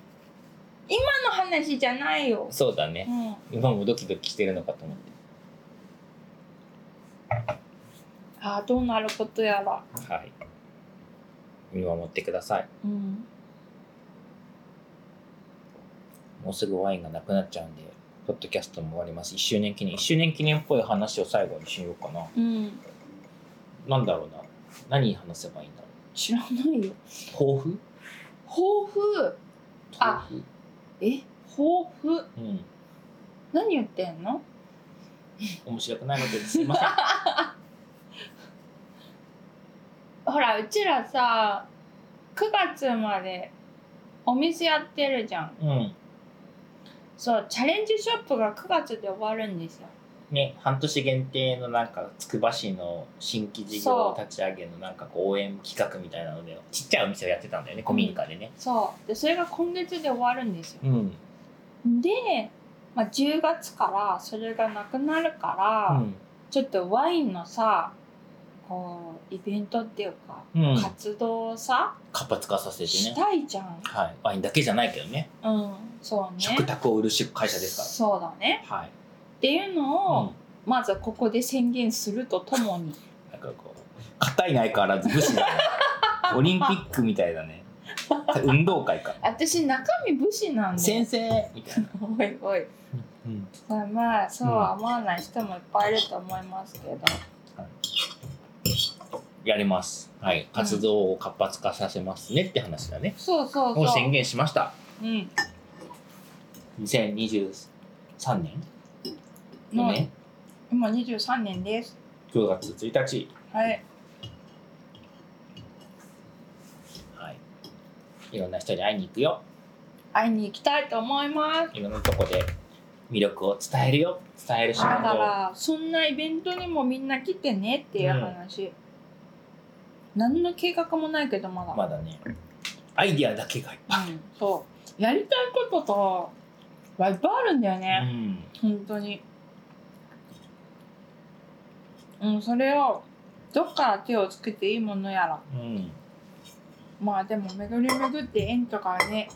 今の話じゃないよ
ん、そうだ
う
ね
ん、
今もドキドキしてるのかと思って
あーどうなることやら
はい。見守ってください。
うん
もうすぐワインがなくなっちゃうんで、ポッドキャストも終わります。1周年記念。1周年記念っぽい話を最後にしようかな。
うん
なんだろうな。何話せばいいんだろう。
知らないよ
抱負
抱負
抱負
え抱負
うん。
何言ってんの
面白くないことですいません。
ほらうちらさ9月までお店やってるじゃん *laughs*
うん。
そうチャレンジショップが9月で終わるんですよ
ね、半年限定のなんか、つくば市の新規事業立ち上げのなんかこう応援企画みたいなので、ちっちゃいお店をやってたんだよね、古民家でね。
そうでそれが今月で終わるんですよ
うん。
で、まあ、10月からそれがなくなるから、
うん。
ちょっとワインのさこうイベントっていうか、
うん。
活動をさ
活発化させて
し
ね。
たいじゃん
はい。ワインだけじゃないけどね。
うんそうね
食卓を売る会社です
そうだね
から。はい。
っていうのを、まずここで宣言するととも
*laughs* う
に
ん、なんかこう、硬いないからず武士だね。オリンピックみたいだね。運動会か。
私中身武士なんで
先生みたいな。
おいおい
うん。
まあまあそうは思わない人もいっぱいいると思いますけど、
やります。はい。活動を活発化させますねって話だね。
そうそう
もう
そ
宣
う、
言しました。
うん、
2023年の
の
ね、
今23年です
9月1日。
はい
はい。いろんな人に会いに行くよ。
会いに行きたいと思います
いろんなとこで魅力を伝えるよ。伝える仕
だ
事
か
を。
らそんなイベントにもみんな来てねっていう話、何の計画もないけどまだ、
まだね、アイディアだけがいっぱ
うん、そうやりたいこととはいっぱいあるんだよ
い。う
ね、
ん。
本当にうんそれをどっから手をつけていいものやら
うん。
まあでも巡り巡って縁とかね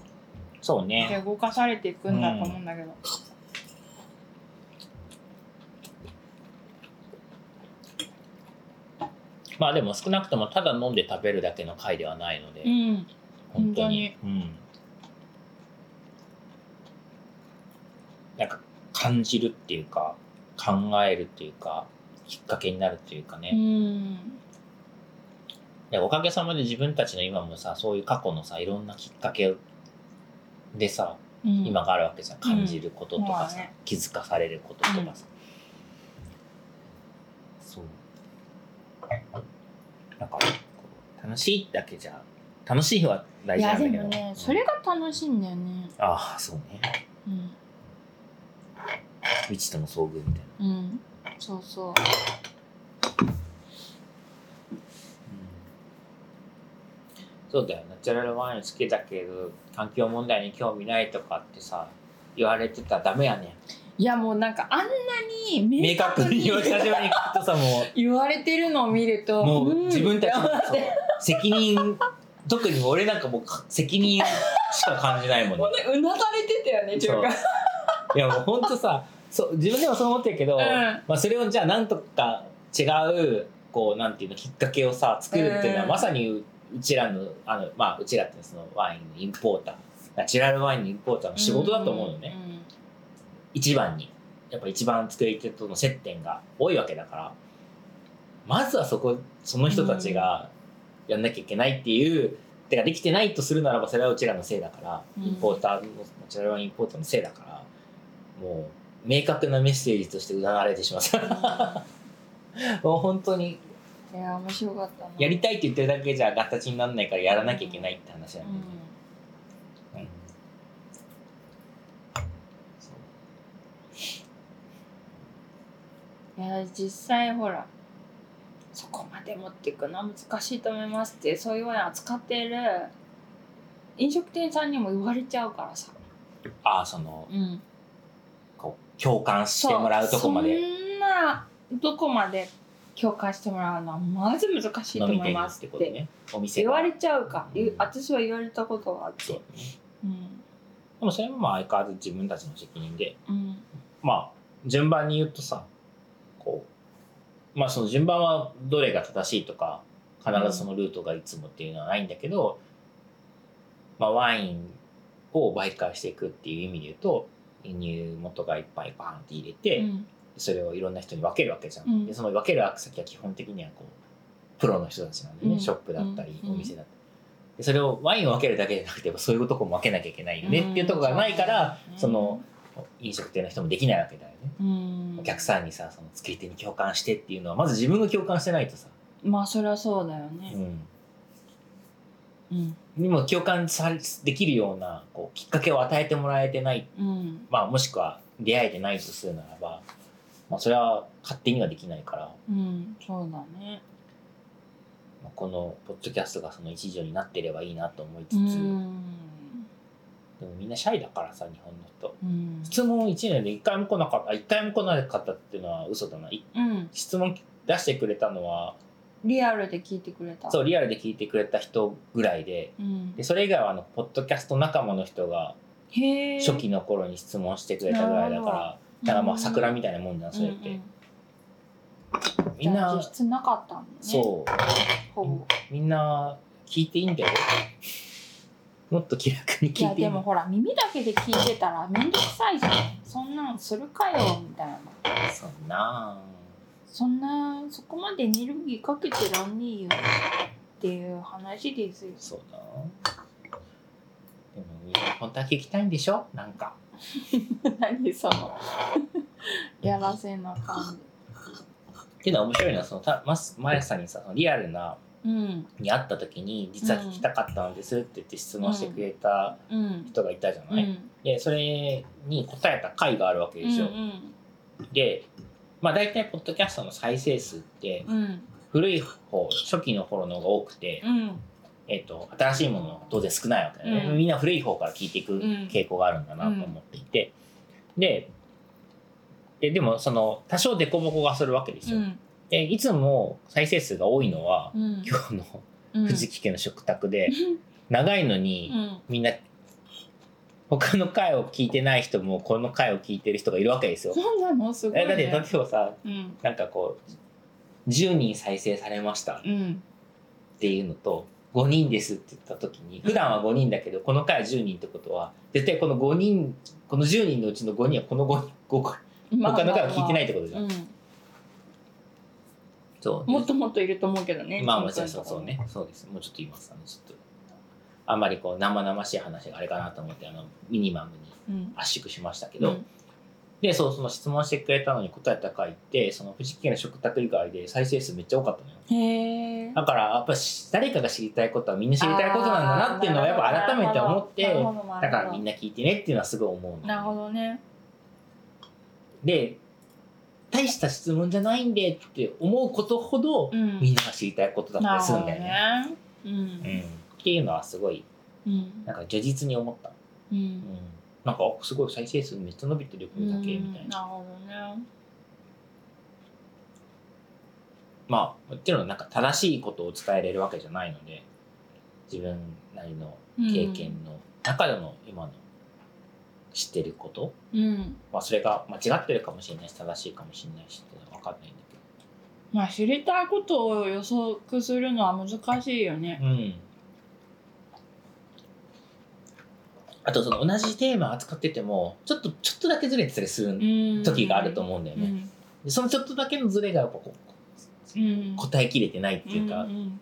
そうね。
で動かされていくんだと思うんだけど、
まあでも少なくともただ飲んで食べるだけの会ではないので、
うん
本当に。うん。なんか感じるっていうか、考えるっていうか、きっかけになるっていうかね。
うん
でおかげさまで自分たちの今もさそういう過去のさいろんなきっかけでさ
うん
今があるわけじゃん感じることとか
そう
さ、
だね
気づかされることとかさ、そうなんかこう楽しいだけじゃ楽しいは大
い
事なん
や
だ
で
けど
もねそれが楽しいんだよね
ああそうね
うん
未知との遭遇みたいな、
うんそうそう
そうだよナチュラルワイン好きだけど環境問題に興味ないとかってさ言われてたらダメやねん
いやもうなんかあんなに明
明確
確
に
に
言われたように聞くとさも
言われてるのを見る
う
と
もうん自分たちのそう責任特に俺なんかもうか責任しか感じない *laughs* もんね
もうねうなされてたよね
そう
中
い
華
やもうほんとさそう自分でもそう思ってるけど、
うん
まあ、それをじゃあなんとか違うこうなんていうのきっかけをさ作るっていうのは、
うん
まさにううちらのあのまあうちらってそのワインのインポーターナチュラルワインのインポーターの仕事だと思うよね、
ん
一番にやっぱ一番作り手との接点が多いわけだからまずはそこその人たちがやんなきゃいけないっていう、てかできてないとするならばそれはうちらのせいだから、
うん
インポーターのもちろんインポーターのせいだからもう明確なメッセージとしてう *laughs* ながれてしまったもう本当に
うんいや面白かったな
やりたいって言ってるだけじゃ形にならないからやらなきゃいけないって話なんだよね、うんそう
うんいや実際ほらそこまで持っていくのは難しいと思いますってそういうワイン扱ってる飲食店さんにも言われちゃうからさ、
ああその
うん、
こう共感してもらうとこまで。
そうそんなどこまで共感してもらうのはまず難しいと思いますって
ねお店
言
が
われちゃうか、
うん
ゆ私は言われたことがあっ
そう
て、うん
でもそれもまあ相変わらず自分たちの責任で
うん
まあ順番に言うとさこうまあその順番はどれが正しいとか必ずそのルートがいつもっていうのはないんだけど、まあ、ワインを媒介していくっていう意味で言うと輸入元がいっぱいバーンって入れて、
うん
それをいろんな人に分けるわけじゃん、
うん
でその分ける先は基本的にはこうプロの人たちなんでね、
うん
ショップだったり、
うん
お店だったりでそれをワインを分けるだけじゃなくてやっぱそういうとこも分けなきゃいけないよねっていうとこがないから、
うん
その飲食店の人もできないわけだよね、
うん
お客さんにさその作り手に共感してっていうのはまず自分が共感してないとさ、
まあそりゃそうだよ
う
ね、
ん、
うん
にも共感さできるようなこうきっかけを与えてもらえてない
うん
まあもしくは出会えてないとするならば、まあ、それは勝手にはできないから。
うん、そうだね
このポッドキャストがその一助になってればいいなと思いつ
う
つ、
ん
でもみんなシャイだからさ日本の人
うん
質問1年で1回も来なかった1回も来なかったっていうのは嘘だない
うん
質問出してくれたのは
リアルで聞いてくれた、
そううリアルで聞いてくれた人ぐらいで
ん
で、それ以外はあのポッドキャスト仲間の人が
へえ
初期の頃に質問してくれたぐらいだからだからまあ桜みたいなもんじゃんそれって、
うんうん
みん
じゃあ
な
実質なかったんだね
そう
ほぼ
みんな聞いていいんだよもっと気楽に
い
聞
や
いていい
でもほら耳だけで聞いてたら面倒くさいじゃんそんなんするかよみたいな
そんな
そんなそこまでエネルギーかけてらんねえよっていう話ですよ *laughs*
そうだなでもみんな本当は聞きたいんでしょなんか
何
*laughs*
そのやらせな感
っていうのは面白いのはそのたままやさんにさそのリアルな
じうん
に会った時に実は聞きたかったのですって言って質問してくれた
うん
人がいたじゃ
う
ない、
ん
でそれに答えた回があるわけ
う
ですよ、
ん
でまあ大体ポッドキャストの再生数って
うん
古い方初期の頃の方が多くて、
うん
えっと新しいものが当然少ないわけだよね、
うん
みんな古い方から聞いていく傾向があるんだなと思っていて、でででもその多少凸凹がするわけです
う
よ、
ん
でいつも再生数が多いのは、
うん
今日の
うん
藤木家の食卓で、長いのに
うん
みんな他の回を聞いてない人もこの回を聞いてる人がいるわけですよ。
そうなのすごい
えだって例え
ね
ばさ
うん
なんかこう10人再生されましたっ
うん
ていうのと5人ですって言った時に普段は5人だけどこの回は10人ってことは絶対この5人この10人のうちの5人はこの5人5回他の回を聞いてないいってことじゃん。
うん
そう
もっともっといると思うけどね
まあ、も
ち
ちろ
ろ
ん
ん
そうそうね。そうです。もうちょっと言いますあのちょっと、あんまりこう、生々しい話があれかなと思って、あの、ミニマムに
うん
圧縮しましたけ
う
ど、
ん
で、そう、その質問してくれたのに答えた回って、その、藤木家の食卓以外で再生数めっちゃ多かったのよ。
へえ
だから、やっぱし、誰かが知りたいことはみんな知りたいことなんだなっていうのは、やっぱ改めて思って、だからみん
な
な聞いてねっていうのはすごい思う
なるほ
の。
どね
で、大した質問じゃないんでって思うことほど、
うん
みんなが知りたいことだった
な
り
る
す
ほ
る
ど
んだよね。
ねう
うん
ん
っていうのはすごい
うん
なんか如実に思った、
う
うん
ん
なんかあすごい再生数めっちゃ伸びてるこれだけみたいな、
なるほどね
まあもちろんなんか正しいことを伝えれるわけじゃないので自分なりの経験の中での今の知ってること、
うん
まあ、それが間違ってるかもしれないし正しいかもしれないしっていうのは分かんないんだ
まあ知りたいことを予測するのは難しいよ
け
ね
どうんあとその同じテーマ扱っててもちょっとちょっとだけずれてたりする
うん
時があると思うんだよね、
うん
でそのちょっとだけのズレがここ
うん
答えきれてないっていうか、
んん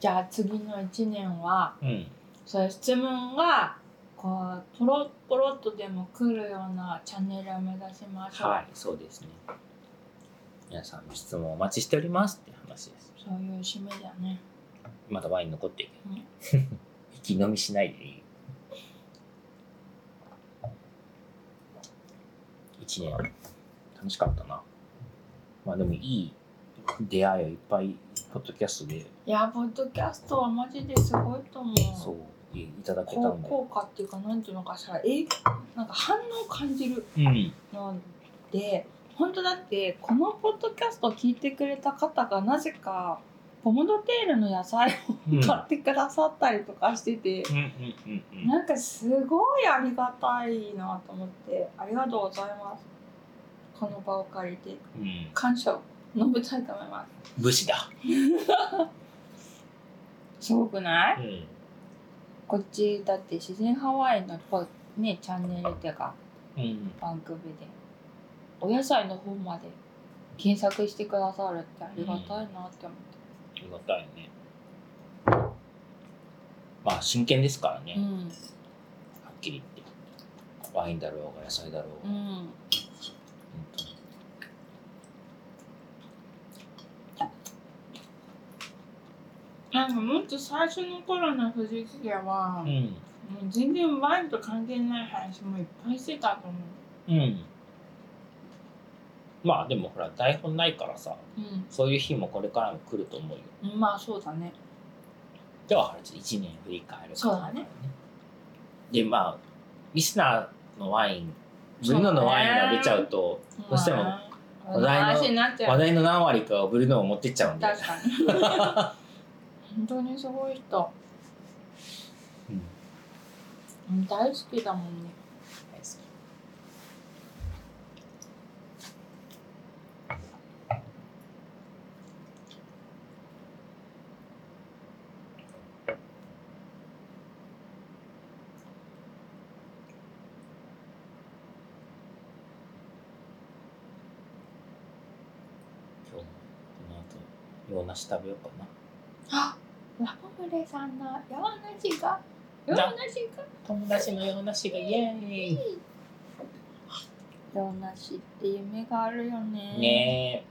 じゃあ次の1年は
うん
そういう質問がこうポロッポロッとでも来るようなチャンネルを目指しましょう、
はいそうですね皆さんの質問お待ちしておりますって話です
そういう締めだね
まだワイン残ってる
うん
けど息飲みしないでいい1年楽しかったなまあでもいい出会いをいっぱいポッドキャストで
いやポッドキャストはマジですごいと思う
そういただけた
こ
ん
う
で
効果っていうかなんていうのかしらえなんか反応を感じる
うん
ので本当だってこのポッドキャストを聞いてくれた方がなぜかポムドテールの野菜を
うん
買ってくださったりとかしてて、
うんうんうんうん
なんかすごいありがたいなと思ってありがとうございますこの場を借りて
うん
感謝を述べたいと思いま
武士だ、
すすごくない
ん
こっちだって自然ハワイのポねチャンネルっていうか
うん、
番組でお野菜の方まで検索してくださるってありがたいなって思って。
ありがたいねまあ真剣ですからね、
う
は
ん
っきり言ってワインだろうが野菜だろう
う
が、
ん
本当に
なんかもっと最初の頃の藤木家は、もう
うん
全然ワインと関係ない話もいっぱいしてたと思
うんまあでもほら台本ないからさ
う。
そういう日もこれからも来ると思うよ
うん、まあそうだね。
ではほらちょっと1年振り返る
そうだね
でまあリスナーのワインブルノのワインが出ちゃうとどうしても
話
話題の
になっちゃ
話
う。
題の何割かをブルノを持ってっちゃうんで、
確かに。本当にすごい人。
うん、
うん大好きだもんね。
大好き今日もこの後洋梨食べようかな
あラブムレさんの山梨がよ
な
なしか
友達の用なしがイエーイ
よなしって夢があるよね
ね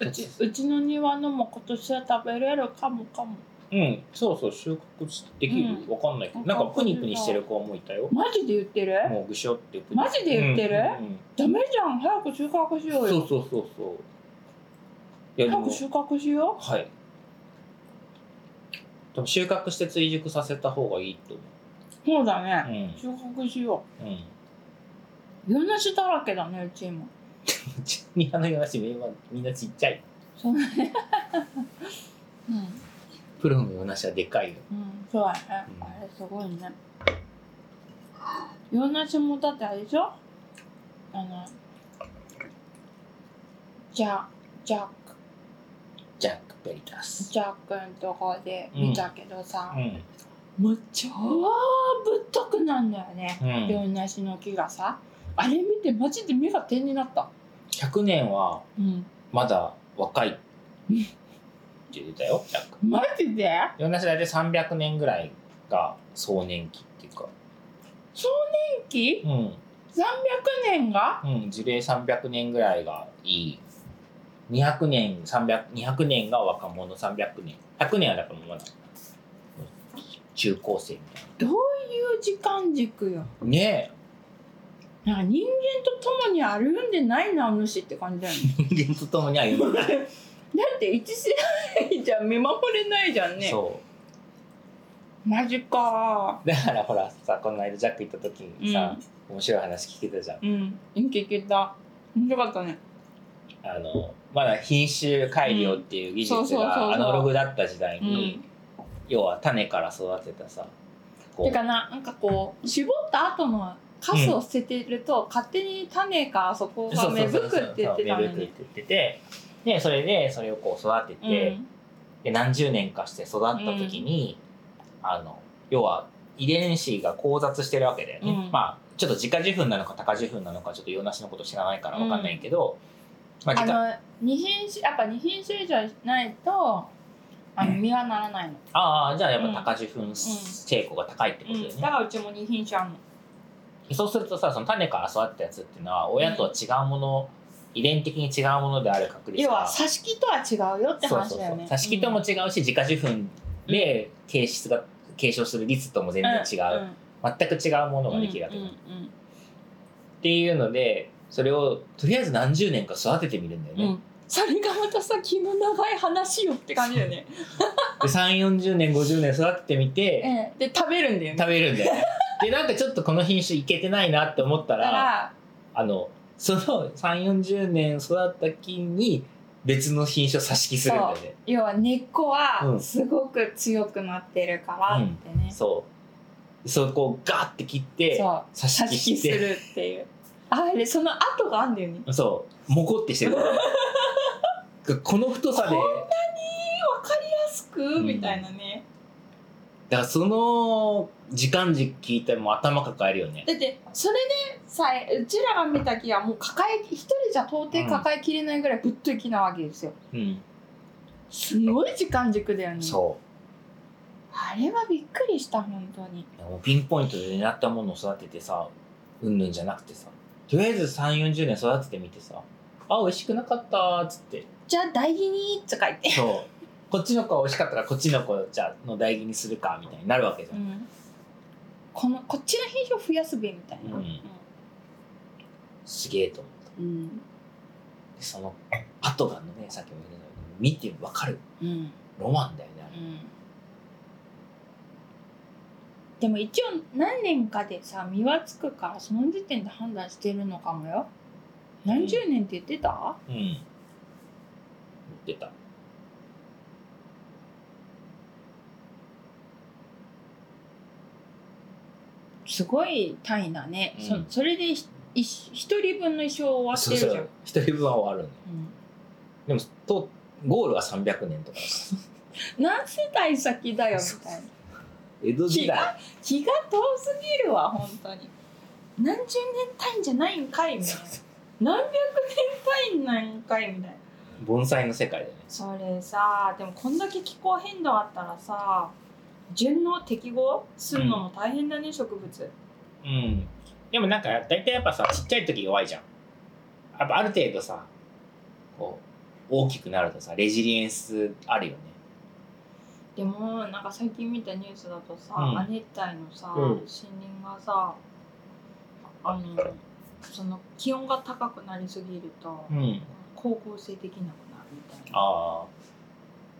え
うちうちの庭のも今年は食べれるかもかも
うんそうそう収穫できる、
う
わかんないけどなんかプニプニしてる子もいたよ
マジで言ってる
もうぐしょってプニ
マジで言ってる
うんうんうん
ダメじゃん早く収穫しよう
そ
よ
うそうそうそういやで
早
も
く収穫しよ
はいでも収穫して追熟させた方がいいと思
うそうだね
ううん
収穫しよ
うん *laughs*
うよなしだらけだねうち今
うちにあの話みんなみんなちっちゃい
そうねうん
プロのようなしはでかいよ
うんそうやね、
うん
あれすごいね洋梨もだってあれでしょあのジャジャック
ジャック・ペリタス
ジャックんとこで見たけどさ、
うん
もう超ぶっとくなんだよね
う
洋
ん
梨の木がさあれ見てマジで目が点になった
100年は
うん
まだ若いって言ってたよジャック
マジで
ようなし大体300年ぐらいが壮年期っていうか
少年期
うん
300年が
うん、樹齢300年ぐらいがいい。200年、300、200年が若者、300年。100年はだからまだ、中高生みたい
どういう時間軸よ
な。ね
なんか人間と共に歩んでないなお主って感じだよね
え。人間と共に歩む。
*laughs* だって一世代じゃ見守れないじゃんね
そ
マジか
う。だからほらさ、この間ジャック行った時にさ、面白い話聞けたじゃん。
うんいけいけた面白かったね
あの、まだ品種改良っていう技
うん
術
そうそうそうそう
がアナログだった時代
う
に
ん、
要は種から育てたさ、こ
て
う、
かななんかこう絞った後のカスを捨ててると、勝手に種があそこが芽吹くって言ってたの
芽吹くっ
に
て言ってて、で、それで、それをこう育て
う
て、
ん
で何十年かして育った時に、あの要は遺伝子が交雑してるわけだよね、
うん
まあちょっと自家受粉なのか高受粉なのかちょっと洋梨のこと知らないからわかんないけど、まあ
あ
自家
の二品種やっぱ二品種以上ないとあの実はならないの、
ああじゃあやっぱ高受粉成功が高いってこ
う
とだよ
んだ
ね、
からうちも二品種あんの
そうするとさその種から育ったやつっていうのは親とは違うもの、遺伝的に違うものである確率
要
が
は挿し木とは違うよって
そうそう
話だ
そ
よ
う
ね
挿し木とも違うし自家受粉で形質が継承する率とも全然違う、
ん
全く違うものができるわけだよね、
うんうんうん
っていうのでそれをとりあえず何十年か育ててみるんだよね、
うん、それがまたさ気の長い話よって感じだよね、
で3 4 0年50年育ててみて
ええで食べるんだよね
食べるんだよ
*laughs*
ねでなんかちょっとこの品種いけてないなって思った
だからら
あのその3 4 0年育った木に別の品種を挿し木するんだよね
要は根っ
う
こは
ん
すごく強くなってるからってね、
そうそこをガーって切って
そう
挿し
差
木
し
し
木す
て
るっていうあれその後があんだよね
そうモコってしてるからねこの太さで
こんわかりやすく、みたいなね
だからその時間軸聞いても頭抱えるよね
だってそれでさえうちらが見た木はもう抱え一人じゃ到底抱えきれないぐらいぶっとい木なわけですよ
うん
すごい時間軸だよね
そう
あれはびっくりした本当に
もうピンポイントで狙ったものを育ててさうんぬんじゃなくてさとりあえず3 4 0年育ててみてさあ美味しくなかったっつって
じゃあ大義にとか言って、
そうこっちの子は美味しかったからこっちの子じゃあの代議にするかみたいになるわけじゃん、
このこっちの品種を増やすべみたいな、
うんすげえと思った
うん
でその後がねさっきも言ったように見てわかる
うん
ロマンだよねあれ
でも一応何年かでさ実はつくからその時点で判断してるのかもよ何十年って言ってた、
うん言ってた
すごい単位だね、
うん
そそれでひ一一人分の一生終わってるじゃん
そうそう一人分は終わるね
うん
でもとゴールは300年とかだから
何世代先だよみたいな
江戸時代
気が遠すぎるわ本当に何十年単位じゃないんかいみたいな何百年単位なんかいみたいな
盆栽の世界だよね
それさでもこんだけ気候変動あったらさ順応適合するのも大変だね、植物
うんでもなんか大体やっぱさちっちゃい時弱いじゃんやっぱある程度さこう大きくなるとさレジリエンスあるよね
でもなんか最近見たニュースだとさ、
うん
亜熱帯のさ、
うん
森林がさあのその気温が高くなりすぎると
ん
光合成できなくなるみたいな
ああ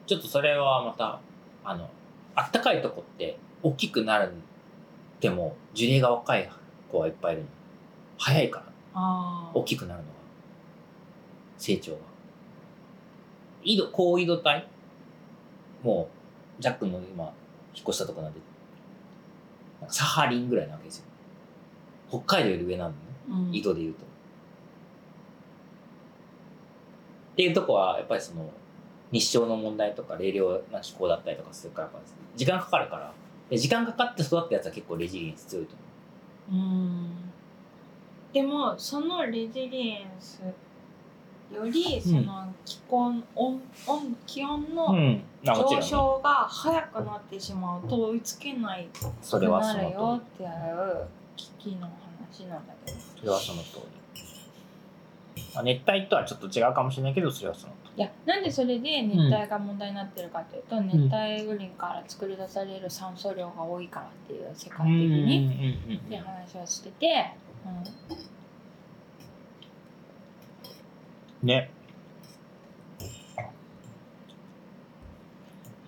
ちょっとそれはまたあのあったかいとこって大きくなるでも樹齢が若い子はいっぱいいるの早いから
あー
大きくなるのが成長が緯度高緯度帯もうジャックも今引っ越したとこなんでなんかサハリンぐらいなわけですよ北海道より上なのね
うん
緯度で言うと。っていうとこはやっぱりその日照の問題とか冷涼な気候だったりとかするからやっぱ時間かかるからで時間かかって育ったやつは結構レジリエンス強いと思う。
うんでもそのレジリエンスよりその気候、温温気温の
ん、あもちろん
上
ね、
昇が早くなってしまうと追いつけない
そ
く
れは
な
そ
る
の
よ
通
っていう危機の話なんだけど
りそれはその通り、まあ、熱帯とはちょっと違うかもしれないけどそれはその通
いやなんでそれで熱帯が問題になってるかというと、熱帯雨林から作り出される酸素量が多いからっていう世界的
り
に。
うんうんうん
って話をしてて、うん、
ね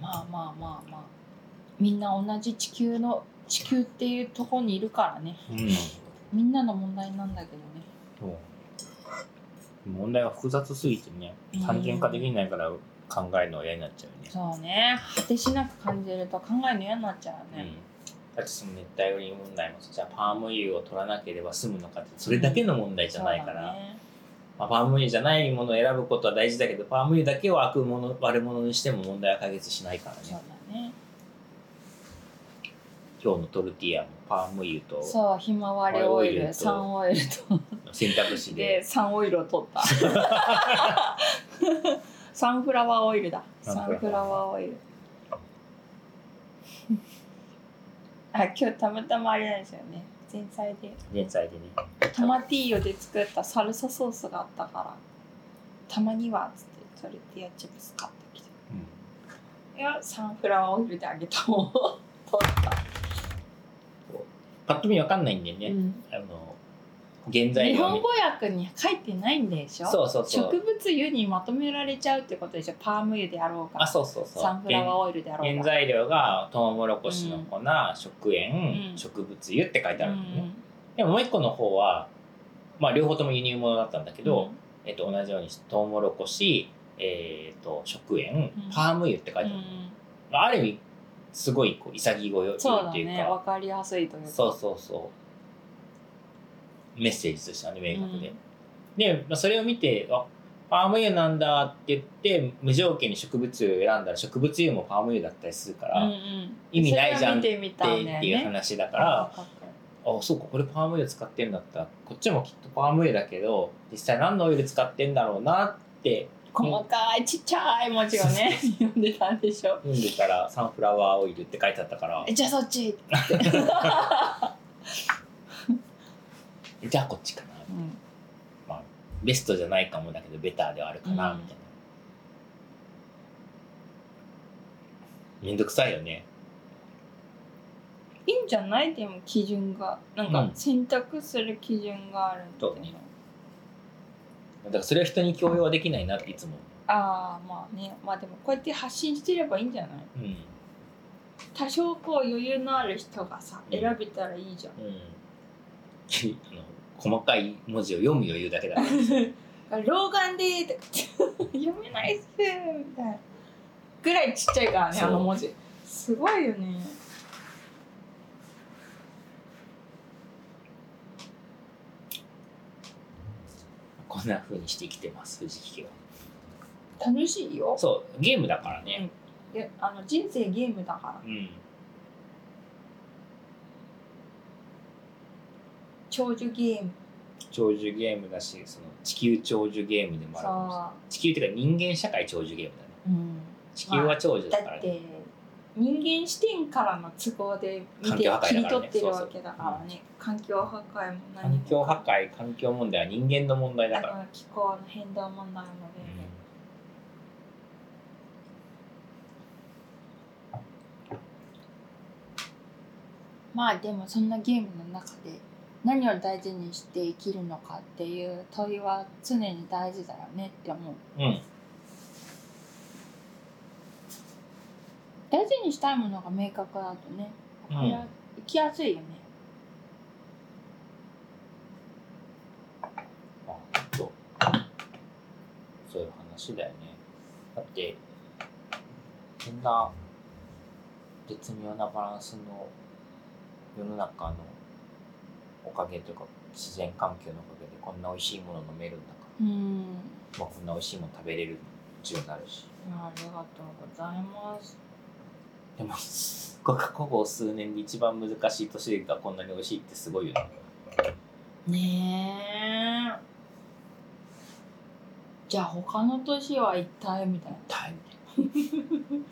まあまあまあまあみんな同じ地球の地球っていうところにいるからね
うん
みんなの問題なんだけ
そ
どね
う問題が複雑すぎてね単純化できないから考えるのは嫌になっちゃうよね、
そうね果てしなく感じると考えるの嫌になっちゃう
う
ね
ん、だってその熱帯雨林問題もじゃあパーム油を取らなければ済むのかってそれだけの問題じゃないから、
そうだね
まあ、パーム油じゃないものを選ぶことは大事だけどパーム油だけを悪者悪者にしても問題は解決しないから
そう
ね
だね
今日のトルティーヤもパーム油と
そうひまわりオイルサンオイルと
選択肢
で
で
サンオイルを取ったサンフラワーオイルだ
サ
サ
ン
ン
フ
フ
ラ
ラワーオイル *laughs* あ今日たまたまあれなんですよね前菜で
前菜でね
トマティーヨで作ったサルサソースがあったからたまにはっつってそれでやチップス買ってきていやサンフラワーオイルであげたもん取った、
パッと見わかんないんだよね、
うん
あの原材
日
料
本
に
語訳に書いてないんでしょ
そうそうそ
植
う
物油にまとめられちゃうってことでしょパーム油であろう
あ
が
そうそうそう
サンフラワーオイルであろう
原
が
材料がトウモロコシの粉、食塩、
うん
植物油って書いてあるのね、
うん
でももう一個の方は、まあ、両方とも輸入物だったんだけど、えっと、同じようにトウモロコシ、えっと食塩
うん
パーム油って書いてある、
うん
まあ、ある意味すごいこう潔いご用意っていう
そう
か
だねわかりやすいというか
そうそうそうメッセージとしてはね明確で、
うん
で、まあ、それを見てあパーム油なんだって言って無条件に植物油を選んだら植物油もパーム油だったりするから、
うんうん
意味ないじゃん
それは見てみ
ったて
んだよ
っていう
ね
話だから、
わかる
あそうかこれパーム油使ってんだったらこっちもきっとパーム油だけど実際何のオイル使ってんだろうなって
細かいちっちゃい文字をね読んでたんでしょ
読んでたらサンフラワーオイルって書いてあったから
じゃあそっち、
じゃあこっちかなベストじゃないかもだけどベターではあるかな
うん
みたいな、めんどくさいよね
いいんじゃないでも基準がなん
う
か
ん
選択する基準があるってい
そう
う
ね
の
だからそれは人に強要はできないなっていつも
ああまあねまあでもこうやって発信してればいいんじゃない
思ううん
多少こう余裕のある人がさ
うん
選べたらいいじゃん、
うん *laughs* あの細かい文字を読む余裕だ
*laughs*
けだから
老眼でーとか言って *laughs* 読めないっすーみたいなぐらいちっちゃいからね
そう
あの文字すごいよね
こんな風にして生きてます藤木家は
楽しいよ
そうゲームだからね、
いやあの人生ゲームだから
うん、
長寿ゲーム
長寿ゲームだしその地球長寿ゲームでもあるかもしれない
そ
地球っていうか人間社会長寿ゲームだね
う、うん、
地球は長寿
だ
だからね
って人間視点からの都合で見
環
て
境破壊だからね
切り取ってるわけだからね環境破壊も何も
環境破壊環境問題は人間の問題だ
だ
か、
からら気候の変動問題も
う
ね、
ん
まあでもそんなゲームの中で何を大事にして生きるのかっていう問いは常に大事だよねって思う
うん、
大事にしたいものが明確だとね
うん
これは生きやすいよね、
あそうそういう話だよねだってみんな絶妙なバランスの世の中のおかげというか自然環境のおかげでこんな美味しいもの飲めるんだか
うん
ら、まあ、こんな美味しいもの食べれるようになるし
ありがとうございます
でもすごくここ数年で一番難しい年がこんなに美味しいってすごいよね
ねえじゃあ他の年は一体みたい
大変 *laughs*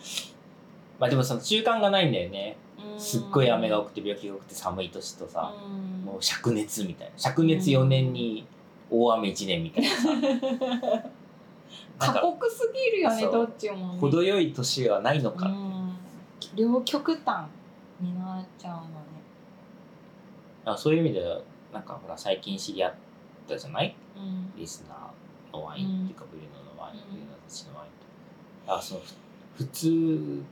まあでもその中間がないんだよね
な
すっごい雨が多くて病気が多くて寒い年とさ、
うん *laughs*
もう灼熱みたいな灼熱4年に大雨1年みたいなさなん
過
か
酷すぎるよね
そう
どっちもね
程よい年はないの
う
か、
ん両極端になっちゃうのね
あそういう意味ではなんかほら最近知り合ったじゃない
うん
リスナーのワインっていうかブリノのワイン、
うん
ブリノたちのワインとあそのふ普通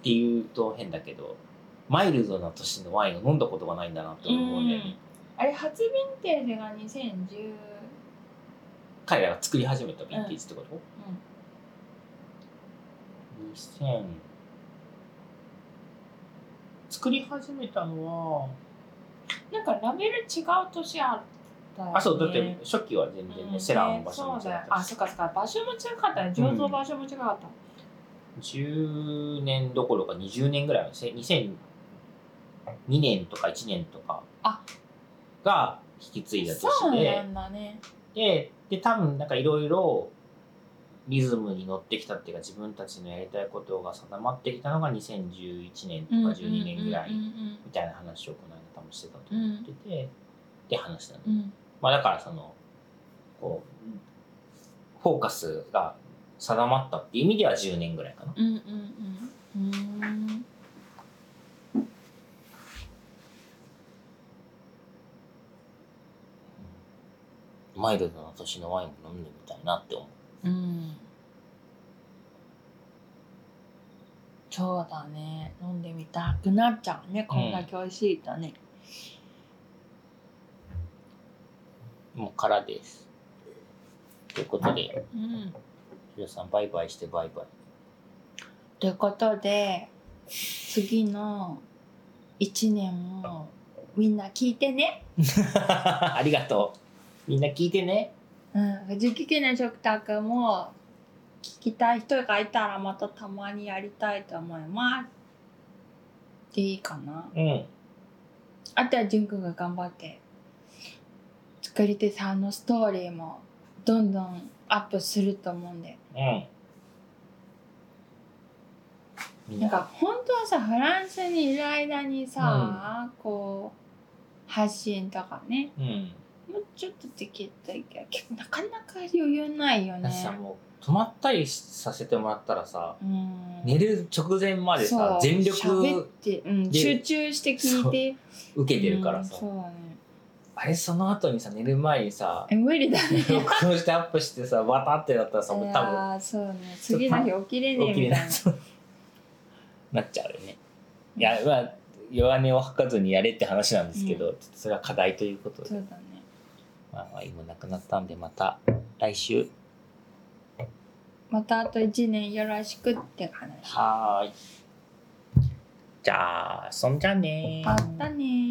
っていうと変だけどマイルドな年のワインを飲んだことがないんだなって思うんだよね、
うんあれ初ヴィンテージが2010、
彼らが作り始めたヴィンテージってこと、
う
2000作り始めたのは、
ん、なんかラベル違う年あったよ、ね、
あそうだって初期は全然ね、
うん
セラーの場所も違
ね
っ
そうだよ
た
あ
し
そっかそっか場所も違かったね醸造場所も違かった、
10年どころか20年ぐらいのせ2002年とか1年とか
あ
が引き継いだ
そ
年
うな
で
んだね
でで多分なんかいろいろリズムに乗ってきたっていうか自分たちのやりたいことが定まってきたのが2011年とか12年ぐらい
うんうん
みたいな話をこの間多分してたと
うんうん
思ってて、で話したの、
うんうん
まあだからそのこうフォーカスが定まったっていう意味では10年ぐらいかな、
うんうんうんうーん
マイルドな年のワインも飲んでみたいなって思う
うんそうだね飲んでみたくなっちゃうねこんだけ美味しいとね、
もう空ですということで
うん、
ヒロさんバイバイしてバイバイ
ということで次の1年もみんな聞いてね、
*laughs* ありがとうみんな聞いてね
うん、藤木家の食卓も聞きたい人がいたらまたたまにやりたいと思いますでいいかな
うん
あとはじゅんくんが頑張って作り手さんのストーリーもどんどんアップすると思うんで
うんみん
なん
な
か本当はさフランスにいる間にさ、こう発信とかね
うん
もうちょっとできたいけど結構なかなか余裕ないよね
私さもう泊まったりさせてもらったらさ
うん
寝る直前まで
そ
さ
う
全
喋っ
力
て、うん、
で
集中して聞いて
受けてるからさ、
うんそうだね
あれその後にさ寝る前に
*laughs*
さ
え無理だね
録音してアップしてさバタってなったらさ
い
もう多
やーそうね次の日起きれ
分起
ねえ
きれ
み
な
た
い
いな
そうなっちゃうよねいやまあ弱音を吐かずにやれって話なんですけど、ちょっとそれは課題ということ
そ
で、
うだね
まあ、まあ今なくなったんでまた来週
またあと1年よろしくって話
はーいじゃあそんじゃねー
またねー